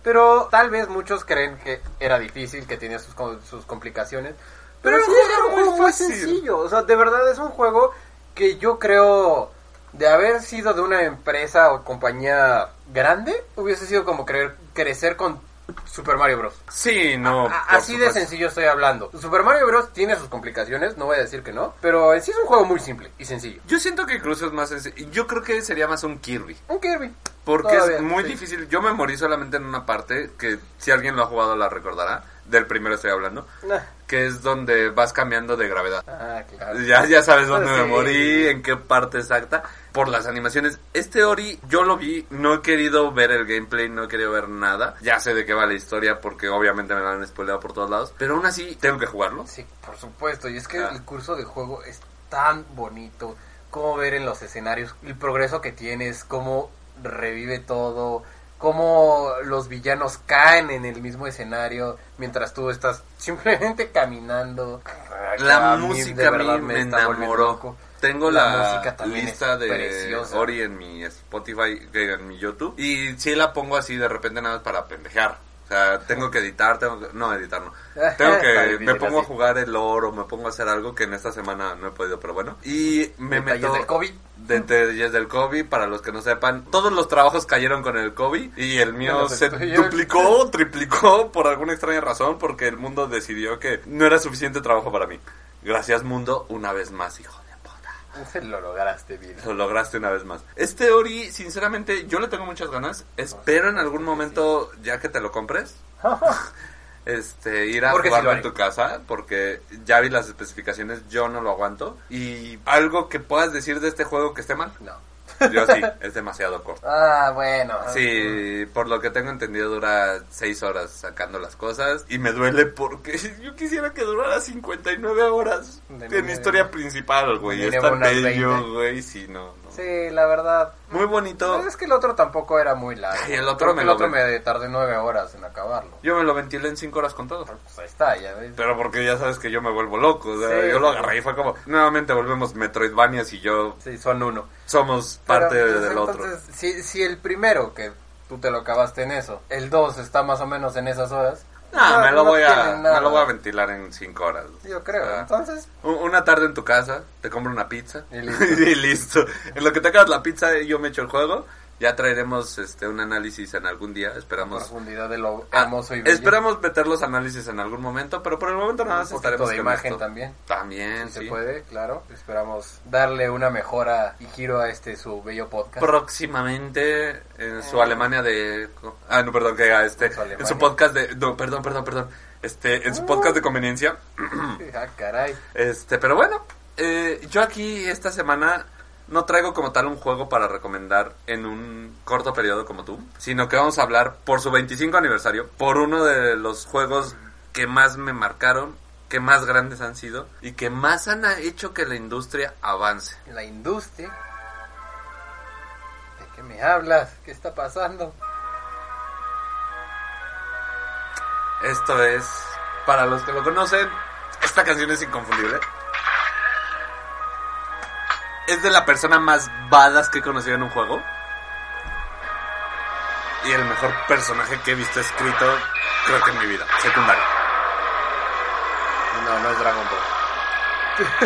Pero tal vez muchos creen que era difícil, que tenía sus, co- sus complicaciones. Pero, Pero sí, el juego era un era juego muy muy fácil. sencillo. O sea, de verdad es un juego que yo creo de haber sido de una empresa o compañía grande, hubiese sido como creer, crecer con Super Mario Bros. Sí, no. A- por así de supuesto. sencillo estoy hablando. Super Mario Bros. tiene sus complicaciones, no voy a decir que no, pero en sí es un juego muy simple y sencillo. Yo siento que incluso es más sencillo. Yo creo que sería más un Kirby. Un Kirby. Porque Todavía, es muy sí. difícil. Yo me morí solamente en una parte que si alguien lo ha jugado la recordará. Del primero estoy hablando. Nah. Que es donde vas cambiando de gravedad. Ah, claro. Ya, ya sabes dónde Pues me sí. morí, en qué parte exacta. Por las animaciones. Este Ori, yo lo vi, no he querido ver el gameplay, no he querido ver nada. Ya sé de qué va la historia porque obviamente me la han spoileado por todos lados. Pero aún así, tengo que jugarlo. Sí, por supuesto. Y es que Ah. el curso de juego es tan bonito. Cómo ver en los escenarios el progreso que tienes, cómo revive todo, cómo los villanos caen en el mismo escenario mientras tú estás simplemente caminando. La A mí, de música Ah, a verdad, mí me está volviendo enamoró. loco. Tengo La la, música también lista es de preciosa. Ori en mi Spotify, que en mi YouTube. Y sí la pongo así de repente nada más para pendejear. O sea, tengo que editar, tengo que- no editar no. Tengo Está que difícil me pongo a así. jugar el oro, me pongo a hacer algo que en esta semana no he podido, pero bueno. Y me Detalles meto del COVID. Detalles del COVID, para los que no sepan, todos los trabajos cayeron con el COVID y el mío Menos el se tuyo. duplicó, triplicó por alguna extraña razón porque el mundo decidió que no era suficiente trabajo para mí. Gracias mundo una vez más, hijo de puta. Lo lograste, bien. Lo lograste una vez más. Este Ori, sinceramente, yo le tengo muchas ganas. Espero en algún momento, ya que te lo compres, este, ir a Porque sí jugarlo lo en haré. tu casa, porque ya vi las especificaciones, yo no lo aguanto. Y algo que puedas decir de este juego que esté mal, No. yo sí, es demasiado corto. Ah, bueno. Sí, por lo que tengo entendido dura 6 horas sacando las cosas y me duele porque yo quisiera que durara 59 horas De en mínimo. historia principal, güey. Mínimo Está unas bello, 20. güey, sí, no. no. Sí, la verdad. Muy bonito. Es que el otro tampoco era muy largo. Ay, el otro me Creo que el lo otro ven. me tardé nueve horas en acabarlo. Yo me lo ventilé en 5 horas con todo. Pero, Pues ahí está, ya ves. Pero porque ya sabes que yo me vuelvo loco, o sea, Sí. yo lo agarré y fue como, nuevamente volvemos Metroidvanias y yo Sí, son uno. somos parte Pero, pues, del otro. Entonces, si, si el primero, que tú te lo acabaste en eso, el dos está más o menos en esas horas. Ah, me, lo voy a, tiene nada. me lo voy a ventilar en 5 horas. Yo creo. Ah. Entonces, U- Una tarde en tu casa, te compro una pizza Y y listo. listo. En lo que te acabas la pizza, eh, yo me echo el juego. Ya traeremos este un análisis en algún día, esperamos. profundidad de lo Ah, hermoso y bello. esperamos meter los análisis en algún momento, pero por el momento un nada más poquito estaremos de con imagen esto. también. También, Se sí. puede, claro. Esperamos darle una mejora y giro a este su bello podcast. Próximamente en su Alemania de ah no perdón que ah, este Eh. En su Alemania. en su podcast de no perdón perdón perdón este en su podcast de conveniencia ah, caray. Este, pero bueno, eh, yo aquí esta semana no traigo como tal un juego para recomendar en un corto periodo como tú, sino que vamos a hablar por su 25 aniversario, por uno de los juegos que más me marcaron, que más grandes han sido y que más han hecho que la industria avance. La industria. ¿De qué me hablas? ¿Qué está pasando? Esto es, para los que lo conocen, esta canción es inconfundible. Es de la persona más badass que he conocido en un juego. Y el mejor personaje que he visto escrito, creo que en mi vida, secundario. No, no es Dragon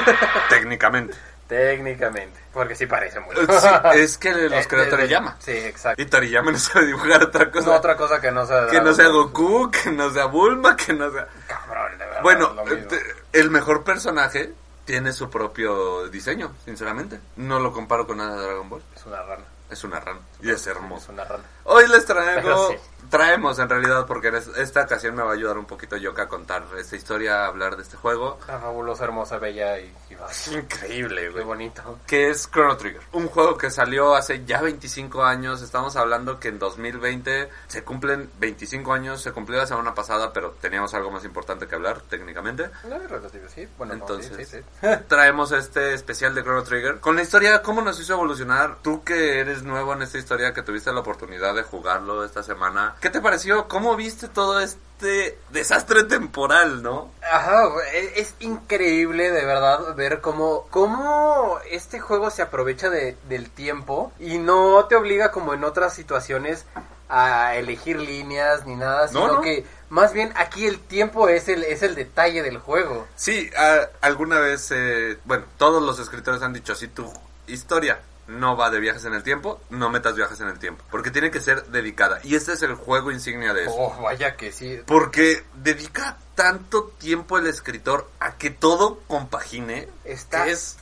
Ball. Técnicamente. Técnicamente. Porque sí parece mucho. Eh, Sí, es que los creó Eh, Toriyama. Sí, exacto. Y Toriyama no sabe dibujar otra cosa. No, otra cosa que no sea que Dragon no sea Ball. Goku, que no sea Bulma, que no sea... Cabrón, de verdad. Bueno, Ah, este, lo mismo. te- el mejor personaje tiene su propio diseño, sinceramente. No lo comparo con nada de Dragon Ball. Es una rana. Es una rana y es Es hermoso. una rana. Hoy les Pero traigo, sí. traemos en realidad, porque en es- esta ocasión me va a ayudar un poquito Yoka a contar esta historia, a hablar de este juego. Una fabulosa, hermosa, bella y, y Es vacía. increíble, Qué güey. bonito. Que es Chrono Trigger. Un juego que salió hace ya 25 años. Estamos hablando que en 2020 se cumplen 25 años. Se cumplió la semana pasada, pero teníamos algo más importante que hablar técnicamente. No es relativo, sí. Bueno, no, Entonces, sí, sí, sí. traemos este especial de Chrono Trigger con la historia, cómo nos hizo evolucionar. Tú que eres nuevo en esta historia, que tuviste la oportunidad de jugarlo esta semana, ¿qué te pareció? ¿Cómo viste todo este desastre temporal, no? Ajá, es, es increíble de verdad ver cómo, cómo este juego se aprovecha de- del tiempo y no te obliga como en otras situaciones a elegir líneas ni nada, sino no. que más bien aquí el tiempo es el, es el detalle del juego. Sí, a- alguna vez, eh, bueno, todos los escritores han dicho, si tu historia no va de viajes en el tiempo, no metas viajes en el tiempo. Porque tiene que ser dedicada. Y este es el juego insignia de eso. Oh, vaya que sí. Porque dedica tanto tiempo el escritor a que todo compagine. Está que es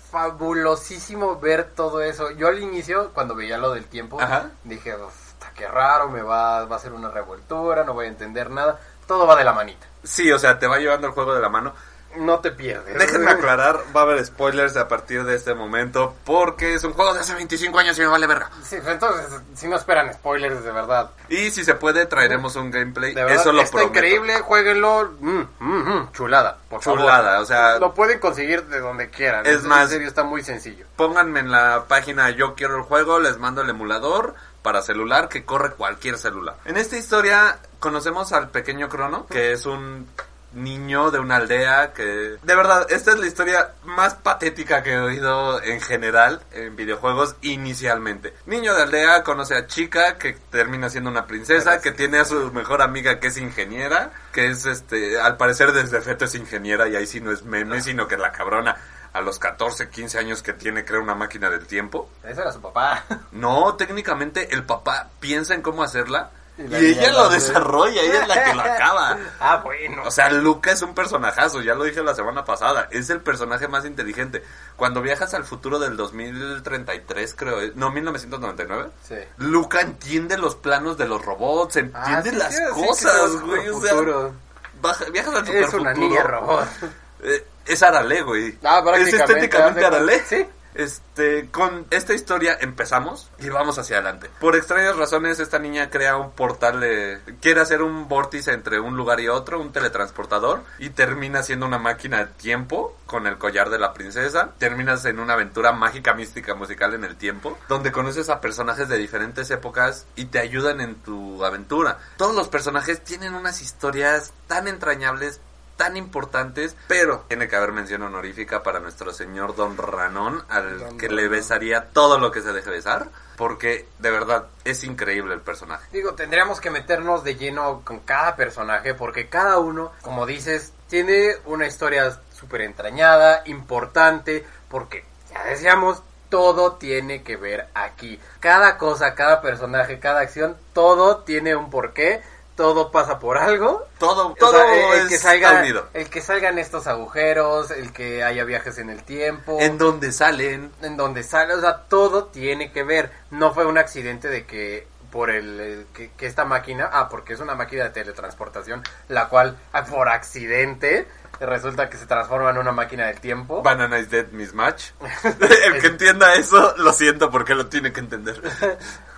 fabulosísimo ver todo eso. Yo al inicio, cuando veía lo del tiempo, Ajá. dije, "Uf, ta, qué raro, me va, va a ser una revoltura, no voy a entender nada. Todo va de la manita. Sí, o sea, te va llevando el juego de la mano. No te pierdes. Déjenme aclarar, va a haber spoilers a partir de este momento porque es un juego de hace 25 años y me vale verga. Sí, pues, entonces, si no esperan spoilers de verdad. Y si se puede, traeremos un gameplay. De verdad, Eso lo está prometo. increíble, jueguenlo. Mm, mm, mm, chulada, por favor. Chulada, o sea, Lo pueden conseguir de donde quieran. Es En más- serio, está muy sencillo. pónganme en la página Yo quiero el juego, les mando el emulador para celular que corre cualquier celular. En esta historia conocemos al pequeño Crono, que es un niño de una aldea que... De verdad, esta es la historia más patética que he oído en general en videojuegos inicialmente. Niño de aldea conoce a chica que termina siendo una princesa, que tiene a su mejor amiga que es ingeniera, que es este, al parecer desde feto es ingeniera y ahí sí no es meme, sino que la cabrona a los 14, 15 años que tiene, creo, una máquina del tiempo. Ese era su papá. No, técnicamente el papá piensa en cómo hacerla Y y, la niña ella lo lo hace. desarrolla, ella es la que lo acaba. ah, bueno. O sea, Luca es un personajazo, ya lo dije la semana pasada, es el personaje más inteligente. Cuando viajas al futuro del 2033, creo, eh, no, 1999, Sí. Luca entiende los planos de los robots, entiende Ah, sí, las sí, sí, cosas, sí, sí, güey. sí, O sea, futuro. baja- viajas al es una superfuturo. niña robot. Eh, es Arale, güey. Ah, prácticamente, Es estéticamente hace- Arale. sí. Este, con esta historia empezamos y vamos hacia adelante. Por extrañas razones, esta niña crea un portal de... Quiere hacer un vórtice entre un lugar y otro, un teletransportador, y termina siendo una máquina de tiempo con el collar de la princesa. Terminas en una aventura mágica, mística, musical en el tiempo, donde conoces a personajes de diferentes épocas y te ayudan en tu aventura. Todos los personajes tienen unas historias tan entrañables, tan importantes, pero tiene que haber mención honorífica para nuestro señor Don Ranón, al Don que le Ranón. besaría todo lo que se deje besar, porque de verdad es increíble el personaje. Digo, tendríamos que meternos de lleno con cada personaje porque cada uno, como dices, tiene una historia súper entrañada, importante, porque ya decíamos, todo tiene que ver aquí. Cada cosa, cada personaje, cada acción, todo tiene un porqué, todo pasa por algo. Todo, O todo sea, e- el, el es que salga, unido. el que salgan estos agujeros, el que haya viajes en el tiempo En donde salen, en donde sale, o sea, todo tiene que ver. No fue un accidente de que por el eh, que, que esta máquina, ah, porque es una máquina de teletransportación, la cual ah, por accidente resulta que se transforma en una máquina del tiempo. Banana is Dead Mismatch. el que entienda eso, lo siento porque lo tiene que entender.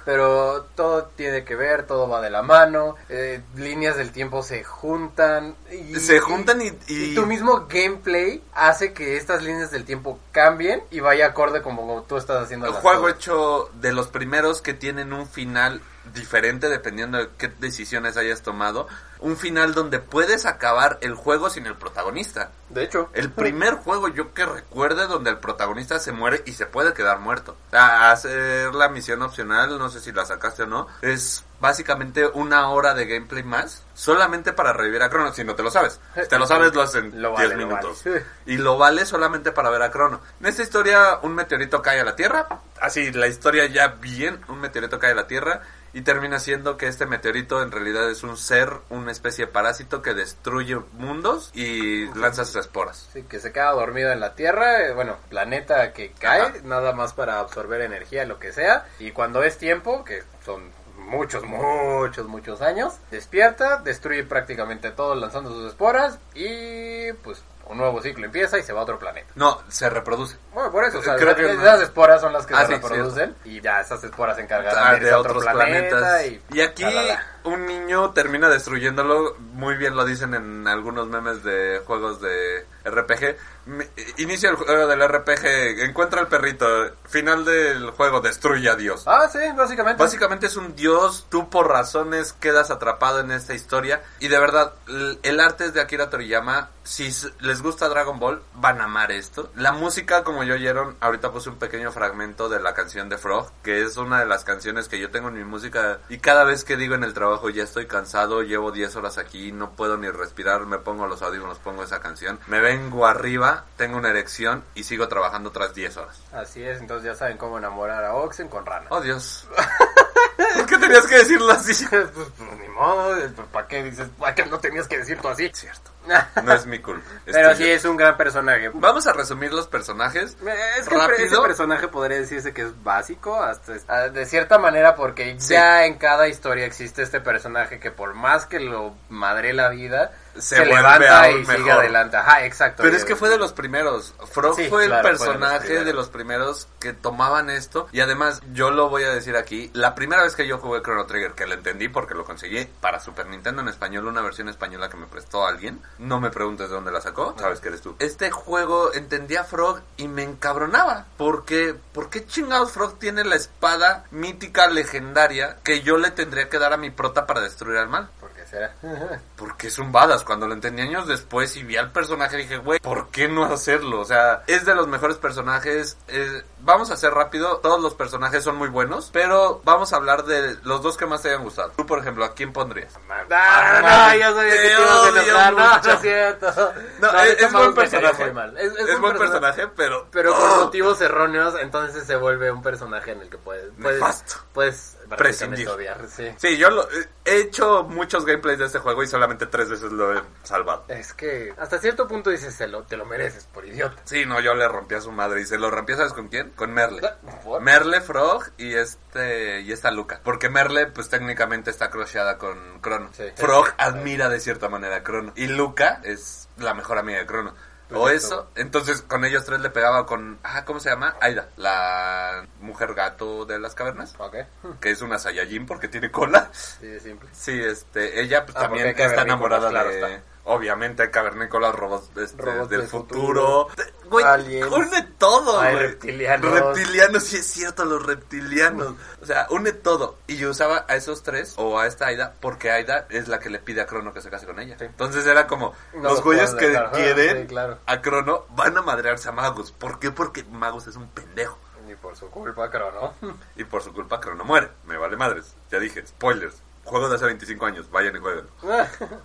Pero todo tiene que ver, todo va de la mano, eh, líneas del tiempo se juntan. Y, Se juntan y- y- y tu mismo gameplay hace que estas líneas del tiempo cambien y vaya acorde como tú estás haciendo. El las juego cosas. hecho de los primeros que tienen un final diferente dependiendo de qué decisiones hayas tomado. Un final donde puedes acabar el juego sin el protagonista. De hecho. El primer juego yo que recuerde donde el protagonista se muere y se puede quedar muerto. O sea, hacer la misión opcional, no sé si la sacaste o no, es básicamente una hora de gameplay más solamente para revivir a Crono, si no te lo sabes. Si te lo sabes, lo hacen Eh, Lo 10 vale, lo minutos. vale. Y lo vale solamente para ver a Crono. En esta historia, un meteorito cae a la Tierra. Así, la historia ya bien, un meteorito cae a la Tierra. Y termina siendo que este meteorito en realidad es un ser, una especie de parásito que destruye mundos y lanza sus esporas. Sí, que se queda dormido en la Tierra, eh, bueno, planeta que cae, Ajá. nada más para absorber energía, lo que sea, y cuando es tiempo, que son muchos, muchos, muchos años, despierta, destruye prácticamente todo lanzando sus esporas y pues un nuevo ciclo empieza y se va a otro planeta. No, se reproduce. Bueno, por eso, o sea, Creo que esas no. esas esporas son las que Ah, se sí, reproducen y ya esas esporas se encargan Ah, de, irse de a otro otros planeta planetas. y, Y, aquí la, la, la. un niño termina destruyéndolo. Muy bien lo dicen en algunos memes de juegos de RPG. Mi- Inicio el juego del RPG, encuentra al perrito. Final del juego, destruye a Dios. Ah, sí, básicamente. Básicamente es un dios, tú por razones quedas atrapado en esta historia y de verdad l- el arte es de Akira Toriyama, si s- les gusta Dragon Ball van a amar esto. La música como yo oyeron, ahorita puse un pequeño fragmento de la canción de Frog, que es una de las canciones que yo tengo en mi música y cada vez que digo en el trabajo ya estoy cansado, llevo 10 horas aquí, no puedo ni respirar, me pongo los audífonos, pongo esa canción, me ve vengo arriba, tengo una erección y sigo trabajando otras 10 horas. Así es, entonces ya saben cómo enamorar a Oxen con rana. Oh, Dios. ¿Por qué tenías que decirlo así? Pues, pues, ni modo, pues, ¿para qué dices? ¿Para qué no tenías que decir tú así? Este, Cierto. No es mi culpa. es Pero sí tuyo. es un gran personaje. Vamos a resumir los personajes. Es que Rápido. ese personaje podría decirse que es básico, hasta es- ah, de cierta manera, porque ya en cada historia existe este personaje que por más que lo madre la vida, Se se, vuelve levanta aún y sigue mejor. adelante. Ajá, exacto. Pero Y- es que fue de los primeros. Frog Sí, fue el claro, fue de los personaje primeros. de los primeros que tomaban esto. Y además, yo lo voy a decir aquí. La primera vez que yo jugué Chrono Trigger, que lo entendí porque lo conseguí para Super Nintendo en español, una versión española que me prestó alguien. No me preguntes de dónde la Ah. sacó, sabes que eres tú. Este juego entendía Frog y me encabronaba. Porque, ¿por qué chingados Frog tiene la espada mítica legendaria que yo le tendría que dar a mi prota para destruir al mal? ¿Por qué será? Ah, Porque es un badass. Cuando lo entendí años después y vi al personaje, dije, güey, ¿por qué no hacerlo? O sea, es de los mejores personajes. eh, vamos a hacer rápido. Todos los personajes son muy buenos, pero vamos a hablar de los dos que más te hayan gustado. Tú, por ejemplo, ¿a quién pondrías? Ah, Ah, no, yo soy el te que te ibas a odio enojar, no, mucho. no es cierto. No, No, es, neta, es buen Mau me cayó personaje. muy mal. Es, Es buen personaje, pero... Pero por ¡Oh! motivos erróneos, entonces se vuelve un personaje en el que puedes... puedes Nefasto. Puedes prácticamente Prescindir. odiar, sí. Sí, yo lo- eh, he hecho muchos gameplays de este juego y solamente tres veces lo he salvado. Es que hasta cierto punto dices, se lo, te lo mereces por idiota. Sí, no, yo le rompí a su madre y se lo rompí, ¿sabes con quién? Con Merle. ¿Por? Merle Frog y este y esta Luca, porque Merle pues técnicamente está crocheada con Crono. Sí. Frog admira de cierta manera a Crono y Luca es la mejor amiga de Crono. Pues O eso, entonces con ellos tres le pegaba con, ah, ¿cómo se llama? Aida, la mujer gato de las cavernas, Ok, que es una Saiyajin porque tiene cola. sí, de simple. Sí, este, ella pues, Ah, también porque hay está cavernícolas, enamorada claro de... está. Obviamente hay cavernícolas, robots, este, Robots del del futuro. De- Güey, Aliens. une todo, Ay, güey. reptilianos. Reptilianos, sí es cierto, los reptilianos. O sea, une todo. Y yo usaba a esos tres o a esta Aida porque Aida es la que le pide a Crono que se case con ella. Sí. Entonces era como, No los los güeyes puedo que dejar. quieren Sí, claro. a Crono van a madrearse a Magus. ¿Por qué? Porque Magus es un pendejo. Ni por su culpa, creo, ¿no? Y por su culpa Crono muere. Me vale madres. Ya dije, spoilers. Juego de hace 25 años, vayan y jueguen.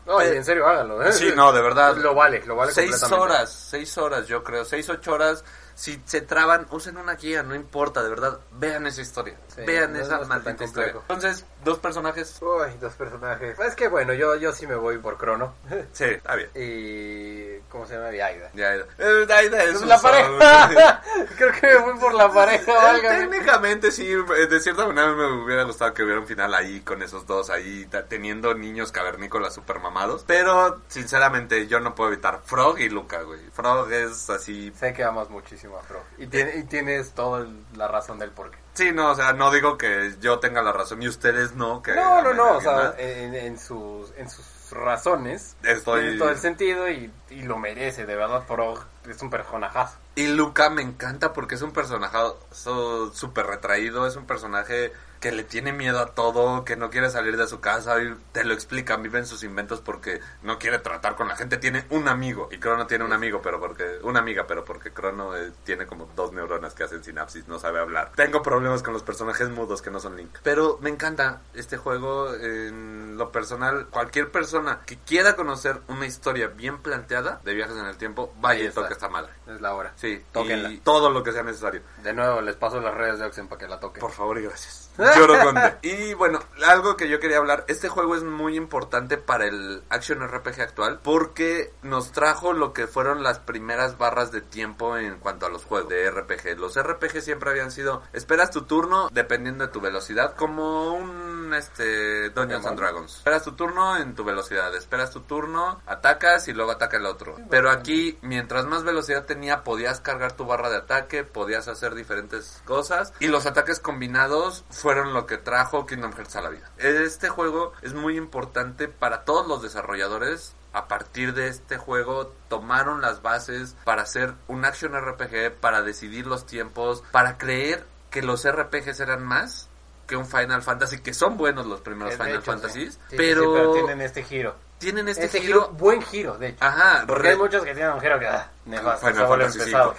no, en serio, hágalo. ¿eh? Sí, no, de verdad. Lo vale, lo vale seis completamente. horas, seis horas, yo creo. Seis, ocho horas. Si se traban, usen una guía, no importa, de verdad. Vean esa historia. Sí, Vean no es- esa no está maldita tan historia. complejo. Entonces, dos personajes. Uy, dos personajes. Es que bueno, yo, yo sí me voy por Crono. Sí, está bien. Y... ¿Cómo se llama? Y Aida. Ya, ya. Eh, ahí da eso, Pues la ¿sabes? pareja. Creo que me fui por la pareja, Eh, válgame. Técnicamente sí, eh, de cierta manera me hubiera gustado que hubiera un final ahí con esos dos ahí ta- teniendo niños cavernícolas super mamados, pero sinceramente yo no puedo evitar Frog y Luca, güey. Frog es así Sé que amas muchísimo a Frog. Y, tiene- y tienes toda la razón del porqué. Sí, no, o sea, no digo que yo tenga la razón y ustedes no. Que No, no, amen a no, o alguien sea, eh, más. en, en sus, en sus razones Estoy- tiene todo el sentido y, y lo merece, de verdad, pero es un perjonajazo. Y Luca me encanta porque es un personaje so- súper retraído, es un personaje que le tiene miedo a todo, que no quiere salir de su casa, y te lo explican, vive en sus inventos porque no quiere tratar con la gente, tiene un amigo, y Crono tiene un amigo, pero porque, una amiga, pero porque Crono eh, tiene como dos neuronas que hacen sinapsis, no sabe hablar. Tengo problemas con los personajes mudos que no son Link, pero me encanta este juego, en lo personal, cualquier persona que quiera conocer una historia bien planteada de viajes en el tiempo, vaya Ahí y está. toque esta madre. Es la hora. Sí, Tóquenla. y todo lo que sea necesario. De nuevo, les paso las redes de Oxen para que la toquen. Por favor y gracias. Lloro con D. Y bueno, algo que yo quería hablar, este juego es muy importante para el Action RPG actual porque nos trajo lo que fueron las primeras barras de tiempo en cuanto a los juegos de RPG. Los RPG siempre habían sido, esperas tu turno dependiendo de tu velocidad, como un este Dungeons and Dragons. Esperas tu turno en tu velocidad, esperas tu turno, atacas y luego ataca el otro. Pero aquí, mientras más velocidad tenía, podías cargar tu barra de ataque, podías hacer diferentes cosas. Y los ataques combinados fueron lo que trajo Kingdom Hearts a la vida. Este juego es muy importante para todos los desarrolladores. A partir de este juego tomaron las bases para hacer un action RPG, para decidir los tiempos, para creer que los RPGs eran más que un Final Fantasy, que son buenos los primeros Es Eh, de Final hecho, Fantasies, sí. Sí, sí, sí, pero, tienen este giro. tienen este, Este, giro, giro, buen giro, de hecho. Ajá, Porque re- hay muchos que tienen un giro que... Ah, nefasto, Final se vuelve Fantasy pesado.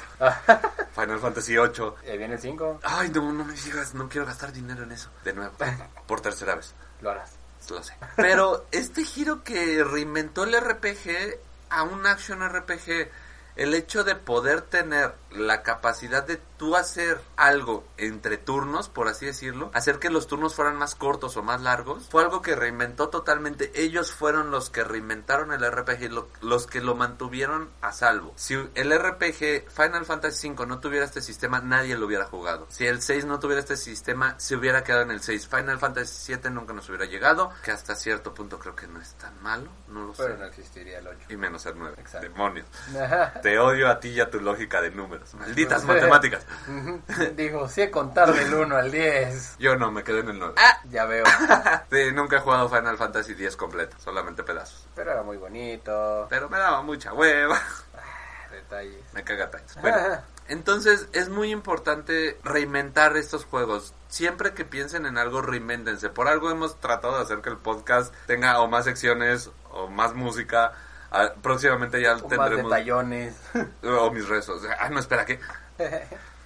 Final Fantasy 8. Ahí viene el 5, Ay, no, no me digas, no quiero gastar dinero en eso. De nuevo, por tercera vez. lo harás. Lo sé. Pero este giro que reinventó el RPG a un action RPG el hecho de poder tener la capacidad de tú hacer algo entre turnos, por así decirlo, hacer que los turnos fueran más cortos o más largos, fue algo que reinventó totalmente. Ellos fueron los que reinventaron el RPG, lo- los que lo mantuvieron a salvo. Si el RPG Final Fantasy V no tuviera este sistema, nadie lo hubiera jugado. Si el 6 no tuviera este sistema, se hubiera quedado en el 6. Final Fantasy VII nunca nos hubiera llegado, que hasta cierto punto creo que no es tan malo, no lo Pero sé. no existiría el 8. Y menos el 9. Exacto. Demonios. Te odio a ti y a tu lógica de números. Malditas Sí. matemáticas. Digo, sí he contado del 1 al 10. Yo no, me quedé en el 9. Ya veo. Sí, nunca he jugado Final Fantasy X completo, solamente pedazos. Pero era muy bonito. Pero me daba mucha hueva. Detalles. Me caga Tides. Bueno, entonces es muy importante reinventar estos juegos. Siempre que piensen en algo, reinvéntense. Por algo hemos tratado de hacer que el podcast tenga o más secciones o más música. Ah, próximamente ya Con Más tendremos... detallones. O mis rezos. Ah, no, espera, ¿qué?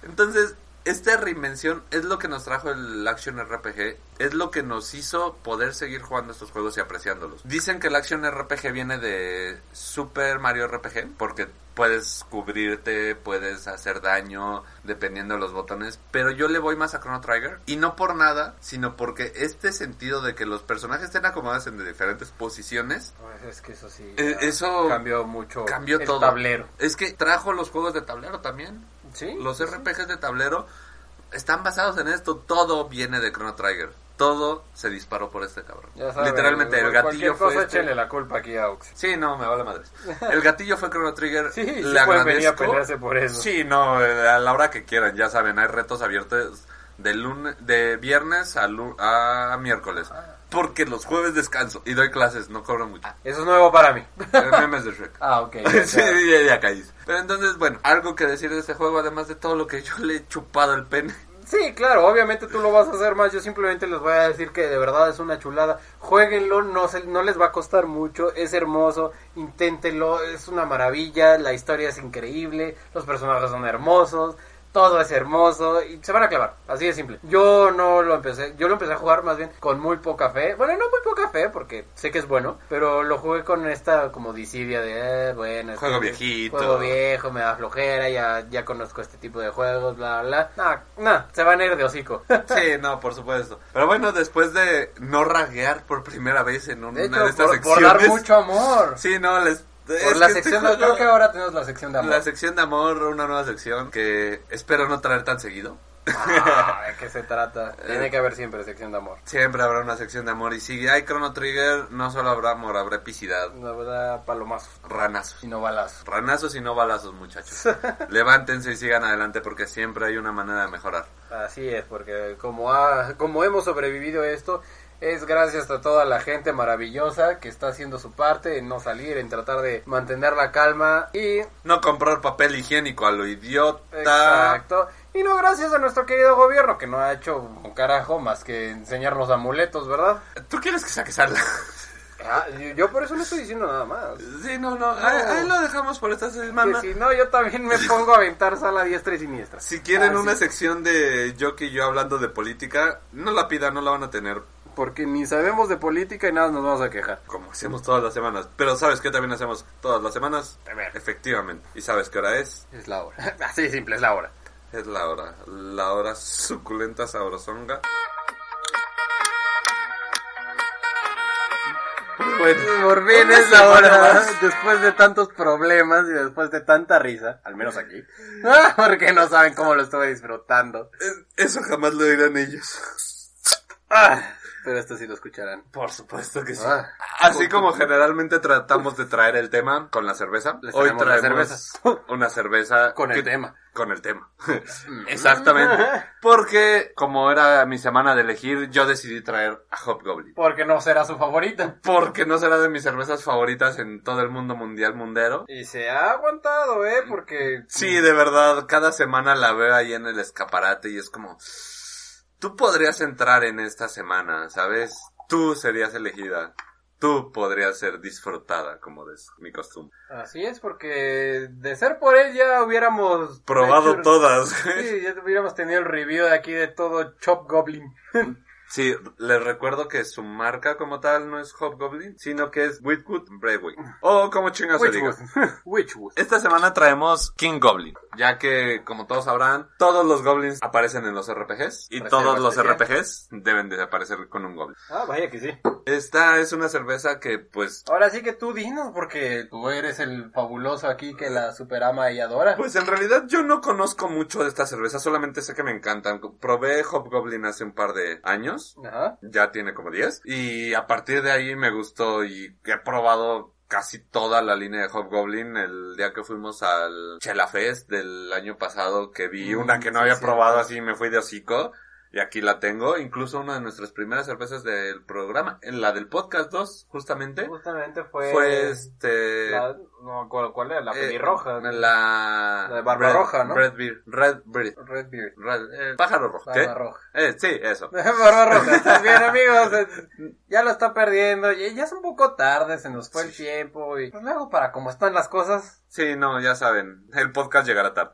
Entonces, esta reinvención es lo que nos trajo el Action RPG, es lo que nos hizo poder seguir jugando estos juegos y apreciándolos. Dicen que el Action RPG viene de Super Mario RPG, porque puedes cubrirte, puedes hacer daño, dependiendo de los botones, pero yo le voy más a Chrono Trigger, y no por nada, sino porque este sentido de que los personajes estén acomodados en diferentes posiciones, Pues es que eso sí. eh, ya eso cambió mucho. cambió Oh, el todo. tablero. Es que trajo los juegos de tablero también. Sí. Los RPGs de tablero están basados en esto. Todo viene de Chrono Trigger. Todo se disparó por este cabrón. Ya saben, Literalmente, el cualquier gatillo cosa, fue. este. échenle la culpa aquí a Aux. Sí, no, me vale madres. El gatillo fue Chrono Trigger. Sí, sí le pueden venir a agradezco. pelearse por eso. sí, no, eh, a la hora que quieran, ya saben, hay retos abiertos de lunes, de viernes a, lu- a miércoles. Ah. Porque los jueves descanso y doy clases, no cobro mucho. Eso es nuevo para mí. Eh, Memes de Shrek. Ah, ok. Ah. ya, Sí, ya. ya, ya caíste. Pero entonces, bueno, algo que decir de este juego, además de todo lo que yo le he chupado el pene. Sí, claro, obviamente tú lo vas a hacer más. Yo simplemente les voy a decir que de verdad es una chulada. Jueguenlo, no, se- no les va a costar mucho. Es hermoso, inténtenlo, es una maravilla. La historia es increíble, los personajes son hermosos. Todo es hermoso y se van a clavar, así de simple. Yo no lo empecé, yo lo empecé a jugar más bien con muy poca fe. Bueno, no muy poca fe porque sé que es bueno, pero lo jugué con esta como disidia de, eh, bueno, es Juego que- viejito. juego vie- viejo, me da flojera, ya, ya conozco este tipo de juegos, bla, bla. No, no, se van a ir de hocico. Sí, no, por supuesto. Pero bueno, después de no raguear por primera vez en una De de, hecho, estas por, por secciones. dar mucho amor. Sí, no, les. por la sección, de- creo que ahora tenemos la sección de amor. La sección de amor, una nueva sección que espero no traer tan seguido. Ah, ¿De qué se trata? Tiene que haber siempre sección de amor. Siempre habrá una sección de amor y si hay Chrono Trigger, no solo habrá amor, habrá epicidad, La verdad, palomazos ranazos. y no balazos. Ranazos y no balazos, muchachos. Levántense y sigan adelante porque siempre hay una manera de mejorar. Así es, porque como, ha- como hemos sobrevivido a esto, es gracias a toda la gente maravillosa que está haciendo su parte en no salir, en tratar de mantener la calma y No comprar papel higiénico a lo idiota. Exacto. Y no gracias a nuestro querido gobierno que no ha hecho un carajo más que enseñarnos amuletos, ¿verdad? ¿Tú quieres que saques algo? Ah, yo- yo por eso no estoy diciendo nada más. Sí, no, no. Ahí, ahí lo dejamos por esta semana. Que si no, yo también me pongo a aventar sala diestra y siniestra. Si quieren Ah, una sí. sección de Jockey y yo hablando de política, no la pidan, no la van a tener Porque ni sabemos de política y nada nos vamos a quejar. como hacemos todas las semanas. Pero ¿sabes qué también hacemos todas las semanas? Efectivamente. ¿Y sabes qué hora es? Es la hora. Así de simple, es la hora. Es la hora. La hora suculenta sabrosonga. Bueno, Por fin es la hora. Después de tantos problemas y después de tanta risa, al menos aquí. Porque no saben cómo lo estuve disfrutando. es- eh, eso jamás lo dirán ellos. Ah, Pero esto sí lo escucharán. Por supuesto que sí. Ah. Así como generalmente tratamos de traer el tema con la cerveza, Les hoy traemos las traemos una cerveza Con el que- tema. Con el tema. Exactamente. Porque como era mi semana de elegir, yo decidí traer a Hobgoblin. Porque no será su favorita. Porque no será de mis cervezas favoritas en todo el mundo mundial mundero. Y se ha aguantado, ¿eh? Porque... Sí, de verdad, cada semana la veo ahí en el escaparate y es como, tú podrías entrar en esta semana, ¿sabes? Tú serías elegida, tú podrías ser disfrutada, como es mi costumbre. Así es, porque de ser por él ya hubiéramos... Probado hecho- todas. Sí, ya hubiéramos tenido el review de aquí de todo Chop Goblin. Sí, les recuerdo que su marca como tal no es Hobgoblin, sino que es Whitwood Brewery. O como chingas se diga. Witchwood. Esta semana traemos King Goblin, ya que como todos sabrán, todos los goblins aparecen en los RPGs y Parece todos los bastante RPGs deben de aparecer con un goblin. Ah, vaya que sí. Esta es una cerveza que pues Ahora sí que tú dinos, porque tú eres el fabuloso aquí que la superama y adora. pues en realidad yo no conozco mucho de esta cerveza, solamente sé que me encantan. Probé Hobgoblin hace un par de años, Ajá. ya tiene como 10 y a partir de ahí me gustó y he probado casi toda la línea de Hobgoblin el día que fuimos al Chela Fest del año pasado que vi Mm, una que no sí, había cierto. probado así me fui de hocico y aquí la tengo, incluso una de nuestras primeras cervezas del programa, en la del podcast 2 justamente Justamente fue, fue... este la- no me acuerdo cuál era, la eh, pelirroja. la, La de barba Red- roja, ¿no? Red Beer, Red Beer, Redbeard. Red- eh, pájaro rojo, ¿qué? Barba roja. Eh, sí, eso. Barba roja. Bien, amigos, eh, ya lo está perdiendo. Ya ya es un poco tarde, se nos fue el tiempo. Y pues luego, para como están las cosas. Sí, no, ya saben, el podcast llegará tarde.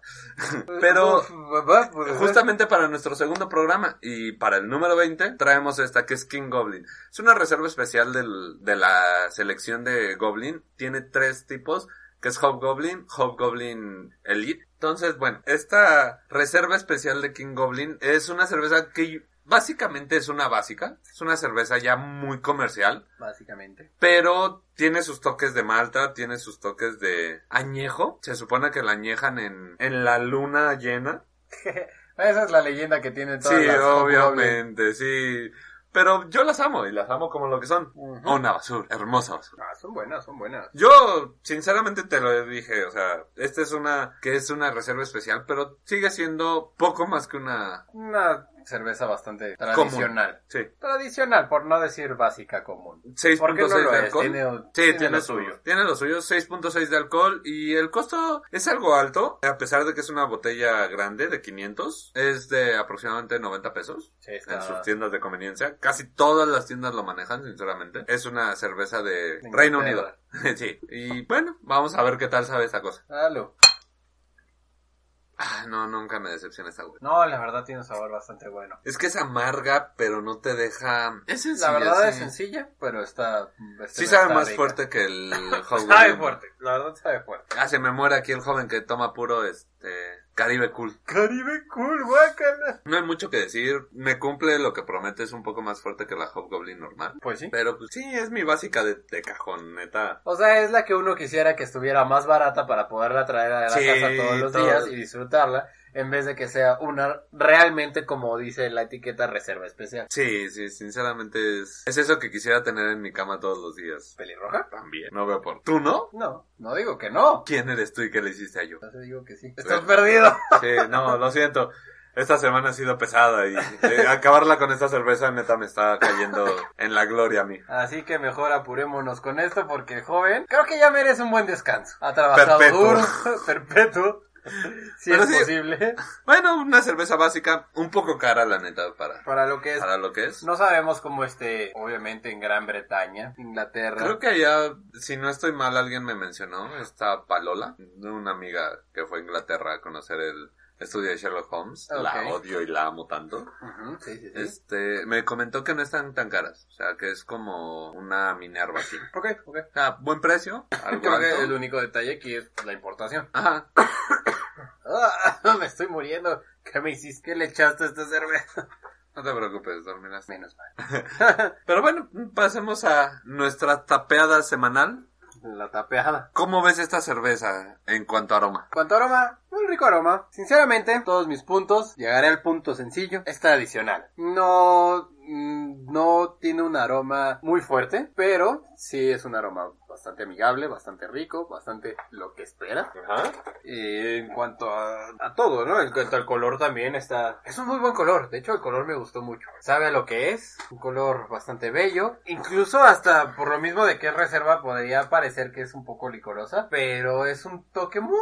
Pero Uf, pues, pues, justamente para nuestro segundo programa y para el número 20 traemos esta que es King Goblin. Es una reserva especial del- de la selección de Goblin. Tiene tres tipos, que es Hobgoblin, Hobgoblin Elite. Entonces, bueno, esta reserva especial de King Goblin es una cerveza que básicamente es una básica. Es una cerveza ya muy comercial Básicamente. pero tiene sus toques de malta, tiene sus toques de añejo. Se supone que la añejan en, en la luna llena. Esa es la leyenda que tienen Sí, todas las obviamente, sí. Pero yo las amo y las amo como lo que son. Ujú. Una basura, hermosa basura. Ah, son buenas, son buenas. Yo, sinceramente, te lo dije, o sea, esta es una que es una reserva especial, pero sigue siendo poco más que una... Una cerveza bastante común. tradicional. Sí, Tradicional, por no decir básica común. ¿Por qué 6.6 no lo de es? alcohol. Tiene, Sí, tiene tiene, lo suyo. suyo. Tiene lo suyo, 6.6 de alcohol y el costo es algo alto, a pesar de que es una botella grande de 500, es de aproximadamente 90 pesos Sí, en está- sus tiendas de conveniencia. Casi todas las tiendas lo manejan, sinceramente. Es una cerveza de Inglaterra. Reino Unido. sí. Y bueno, vamos a ver qué tal sabe esta cosa. Halo. Ah, no, nunca me decepciona esta güey. No, la verdad tiene un sabor bastante bueno. Es que es amarga, pero no te deja... Es la sencilla, verdad sí. es sencilla, pero está... este, Sí está sabe más rica. fuerte que el... Sabe Hogwarts. fuerte, la verdad sabe fuerte. Ah, se me muere aquí el joven que toma puro, este, Caribe Cool. Caribe cool, guacala. No hay mucho que decir, me cumple lo que promete, es un poco más fuerte que la Hobgoblin normal. Pues sí. Pero pues sí, es mi básica de, de cajón, neta. O sea, es la que uno quisiera que estuviera más barata para poderla traer a la Sí, casa todos los todo. días y disfrutarla, en vez de que sea una realmente, como dice la etiqueta, reserva especial. Sí, sí, sinceramente es, es eso que quisiera tener en mi cama todos los días. ¿Pelirroja? También, no veo por... ¿Tú no? No, no digo que no. ¿Quién eres tú y qué le hiciste a yo? Entonces digo que sí. Estás perdido. Sí, no, lo siento. Esta semana ha sido pesada y eh, acabarla con esta cerveza neta me está cayendo en la gloria a mí. Así que mejor apurémonos con esto porque, joven, creo que ya merece un buen descanso. Ha trabajado Perpetuo. duro, perpetuo, si Pero es sí. posible. Bueno, una cerveza básica, un poco cara la neta para, Para lo que es... para lo que es. No sabemos cómo esté, obviamente, en Gran Bretaña, Inglaterra. Creo que allá, si no estoy mal, alguien me mencionó esta Palola, una amiga que fue a Inglaterra a conocer el estudio de Sherlock Holmes. La Ok. odio y la amo tanto. Ujú, sí, sí, sí. Este, me comentó que no están tan caras, o sea, que es como una Minerva así. Ok, ok. O sea, buen precio, algo Creo que alto. el único detalle aquí es la importación. Ajá. Ah, me estoy muriendo. ¿Qué me hiciste? ¿Qué le echaste a esta cerveza? No te preocupes, dormirás. Menos mal. Pero bueno, pasemos a nuestra tapeada semanal. La tapeada. ¿Cómo ves esta cerveza en cuanto a aroma? Cuanto a aroma, un rico aroma. Sinceramente, todos mis puntos, llegaré al punto sencillo, es tradicional. No, mm, no tiene un aroma muy fuerte, pero sí es un aroma bastante amigable, bastante rico, bastante lo que espera. Y Eh, en cuanto a, a todo, ¿no? En cuanto al color también está... Es un muy buen color, de hecho el color me gustó mucho. Sabe a lo que es, un color bastante bello. Incluso hasta por lo mismo de que es reserva podría parecer que es un poco licorosa, pero es un toque muy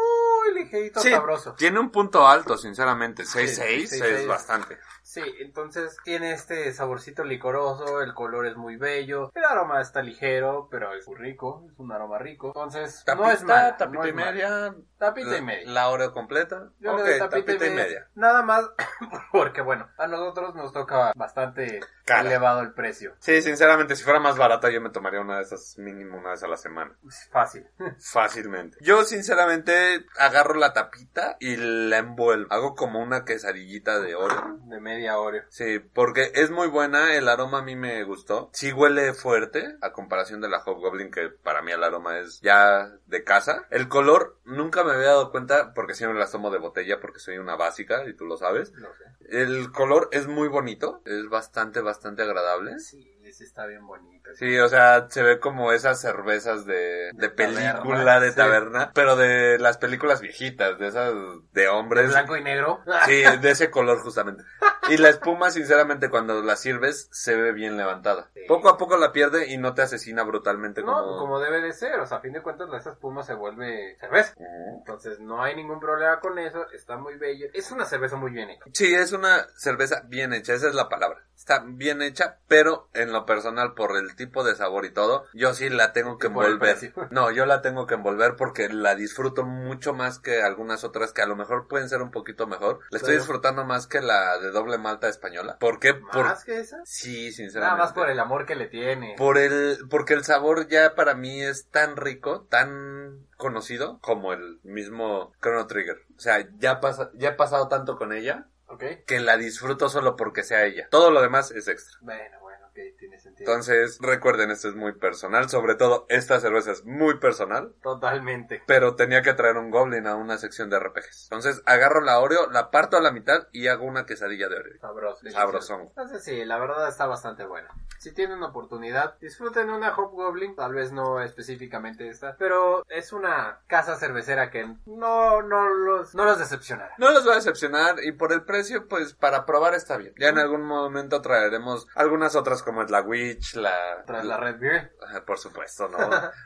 muy ligerito, sabroso. tiene un punto alto, sinceramente. 6-6 sí, es sí. bastante. Sí, entonces tiene este saborcito licoroso, el color es muy bello, el aroma está ligero, pero es muy rico, es un aroma rico. Entonces, no es malo. no es malo. Tapita y media. La hora completa. Yo ok, le doy tapita, y media. Nada más porque, bueno, a nosotros nos toca bastante Cara. elevado el precio. Sí, sinceramente, si fuera más barata, yo me tomaría una de esas mínimo una vez a la semana. Es fácil. Fácilmente. Yo, sinceramente, agarro la tapita y la envuelvo. Hago como una quesadillita de oro. De media hora. Sí, porque es muy buena, el aroma a mí me gustó. Sí huele fuerte, a comparación de la Hobgoblin, que para mí el aroma es ya de casa. El color nunca me había dado cuenta, porque siempre las tomo de botella, porque soy una básica, y tú lo sabes. No sé. El color es muy bonito, es bastante, bastante agradable. Sí, sí está bien bonito. Sí, o sea, se ve como esas cervezas de, de película, taberna, de sí. taberna, pero de las películas viejitas, de esas de hombres. Blanco y negro. Sí, de ese color justamente. Y la espuma, sinceramente, cuando la sirves, se ve bien levantada. Sí. Poco a poco la pierde y no te asesina brutalmente No, como... como debe de ser, o sea, a fin de cuentas esa espuma se vuelve cerveza. Ujú. Entonces no hay ningún problema con eso, está muy bello. Es una cerveza muy bien hecha. Sí, es una cerveza bien hecha, esa es la palabra. Está bien hecha, pero en lo personal, por el tipo de sabor y todo, yo sí la tengo que Y por el envolver. precio. No, yo la tengo que envolver porque la disfruto mucho más que algunas otras que a lo mejor pueden ser un poquito mejor. La estoy Pero- disfrutando más que la de doble malta española. ¿Por qué? ¿Más Por... que esa? Sí, Nada sinceramente. más por el amor que le tiene. Por el, porque el sabor ya para mí es tan rico, tan conocido como el mismo Chrono Trigger. O sea, ya, pasa, ya he pasado tanto con ella ¿Ok? que la disfruto solo porque sea ella. Todo lo demás es extra. Bueno, bueno, ok, tiene sentido. Entonces, recuerden, esto es muy personal. Sobre todo, esta cerveza es muy personal. Totalmente. Pero tenía que traer un Goblin a una sección de RPGs. Entonces, agarro la Oreo, la parto a la mitad y hago una quesadilla de Oreo. Sabroso. delicioso. Sabrosón. Entonces sí, la verdad está bastante buena. Si tienen oportunidad, disfruten una Hobgoblin, tal vez no específicamente esta, pero es una casa cervecera que no, no los, no los decepcionará. No los va a decepcionar y por el precio, pues para probar está bien. Ya en algún momento traeremos algunas otras como es la Witch, la... Tras la Red Beer. Ajá, Por supuesto, ¿no?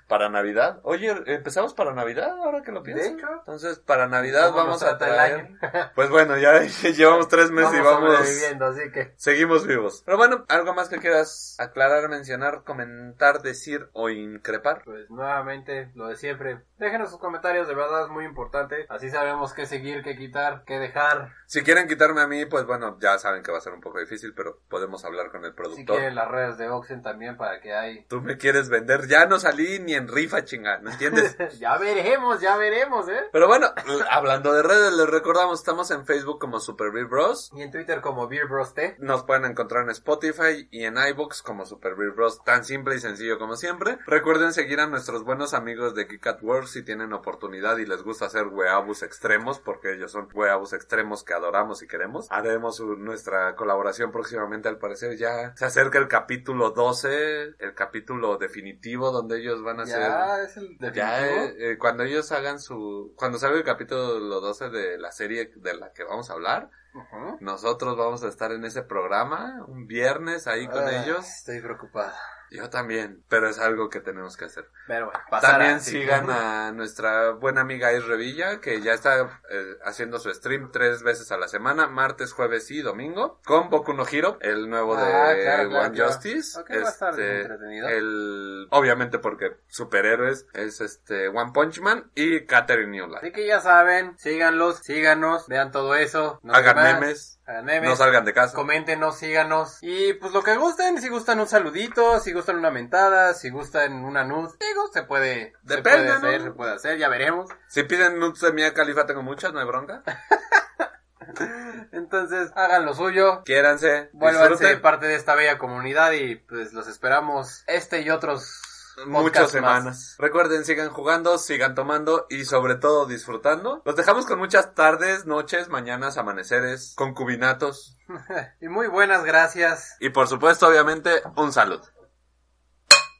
para Navidad. Oye, empezamos para Navidad ahora que lo pienso. hecho. Entonces, para Navidad ¿Cómo nos vamos a trata el traer... año? Pues bueno, ya llevamos tres meses y vamos vamos... sobreviviendo, así que Seguimos vivos. Pero bueno, algo más que quieras aclarar, mencionar, comentar, decir o increpar. pues nuevamente lo de siempre. Déjenos sus comentarios, de verdad es muy importante. Así sabemos qué seguir, qué quitar, qué dejar. Si quieren quitarme a mí, pues bueno, ya saben que va a ser un poco difícil, pero podemos hablar con el Si productor. quieren las redes de Oxen también para que hay. Tú me quieres vender, ya no salí ni en rifa, chingada, ¿me entiendes? ya veremos, ya veremos, ¿eh? Pero bueno, l- hablando de redes, les recordamos, estamos en Facebook como Super Beer Bros. Y en Twitter como Beer Bros T. Nos pueden encontrar en Spotify y en iBooks como Super Beer Bros. Tan simple y sencillo como siempre. Recuerden seguir a nuestros buenos amigos de Geek at World si tienen oportunidad y les gusta hacer weabus extremos, porque ellos son weabus extremos que adoramos y queremos. Haremos uh, nuestra colaboración próximamente, al parecer ya se acerca el capítulo 12, el capítulo definitivo donde ellos van a hacer... Ya es el definitivo. Ya, eh, eh, cuando ellos hagan su... Cuando salga el capítulo 12 de la serie de la que vamos a hablar, Ujú. nosotros vamos a estar en ese programa un viernes ahí con Ah, ellos. Estoy preocupada. Yo también, pero es algo que tenemos que hacer. Pero bueno, pasará, También sí. sigan a nuestra buena amiga Is Revilla, que ya está eh, haciendo su stream tres veces a la semana, martes, jueves y domingo, con Boku no Hero, el nuevo de Ah, claro, claro, One claro. Justice. Ok, va a estar Este, entretenido. el- obviamente porque superhéroes es este One Punch Man y Catherine Newland. Así que ya saben, síganlos, síganos, vean todo eso. no sé Hagan más, memes, Hagan memes. no salgan de casa. Coméntenos, síganos. Y pues lo que gusten, si gustan un saludito, si gustan una mentada, si gustan una nud, digo, se puede, se Depende, puede hacer, ¿no? se puede hacer, ya veremos. Si piden nudes de Mia Califa, tengo muchas, no hay bronca. Entonces, hagan lo suyo. Quiéranse, Vuélvanse disfruten. parte de esta bella comunidad y pues los esperamos este y otros Muchas podcasts más. semanas. Recuerden, sigan jugando, sigan tomando y sobre todo disfrutando. Los dejamos con muchas tardes, noches, mañanas, amaneceres, concubinatos Y muy buenas gracias. y por supuesto, obviamente, un salud.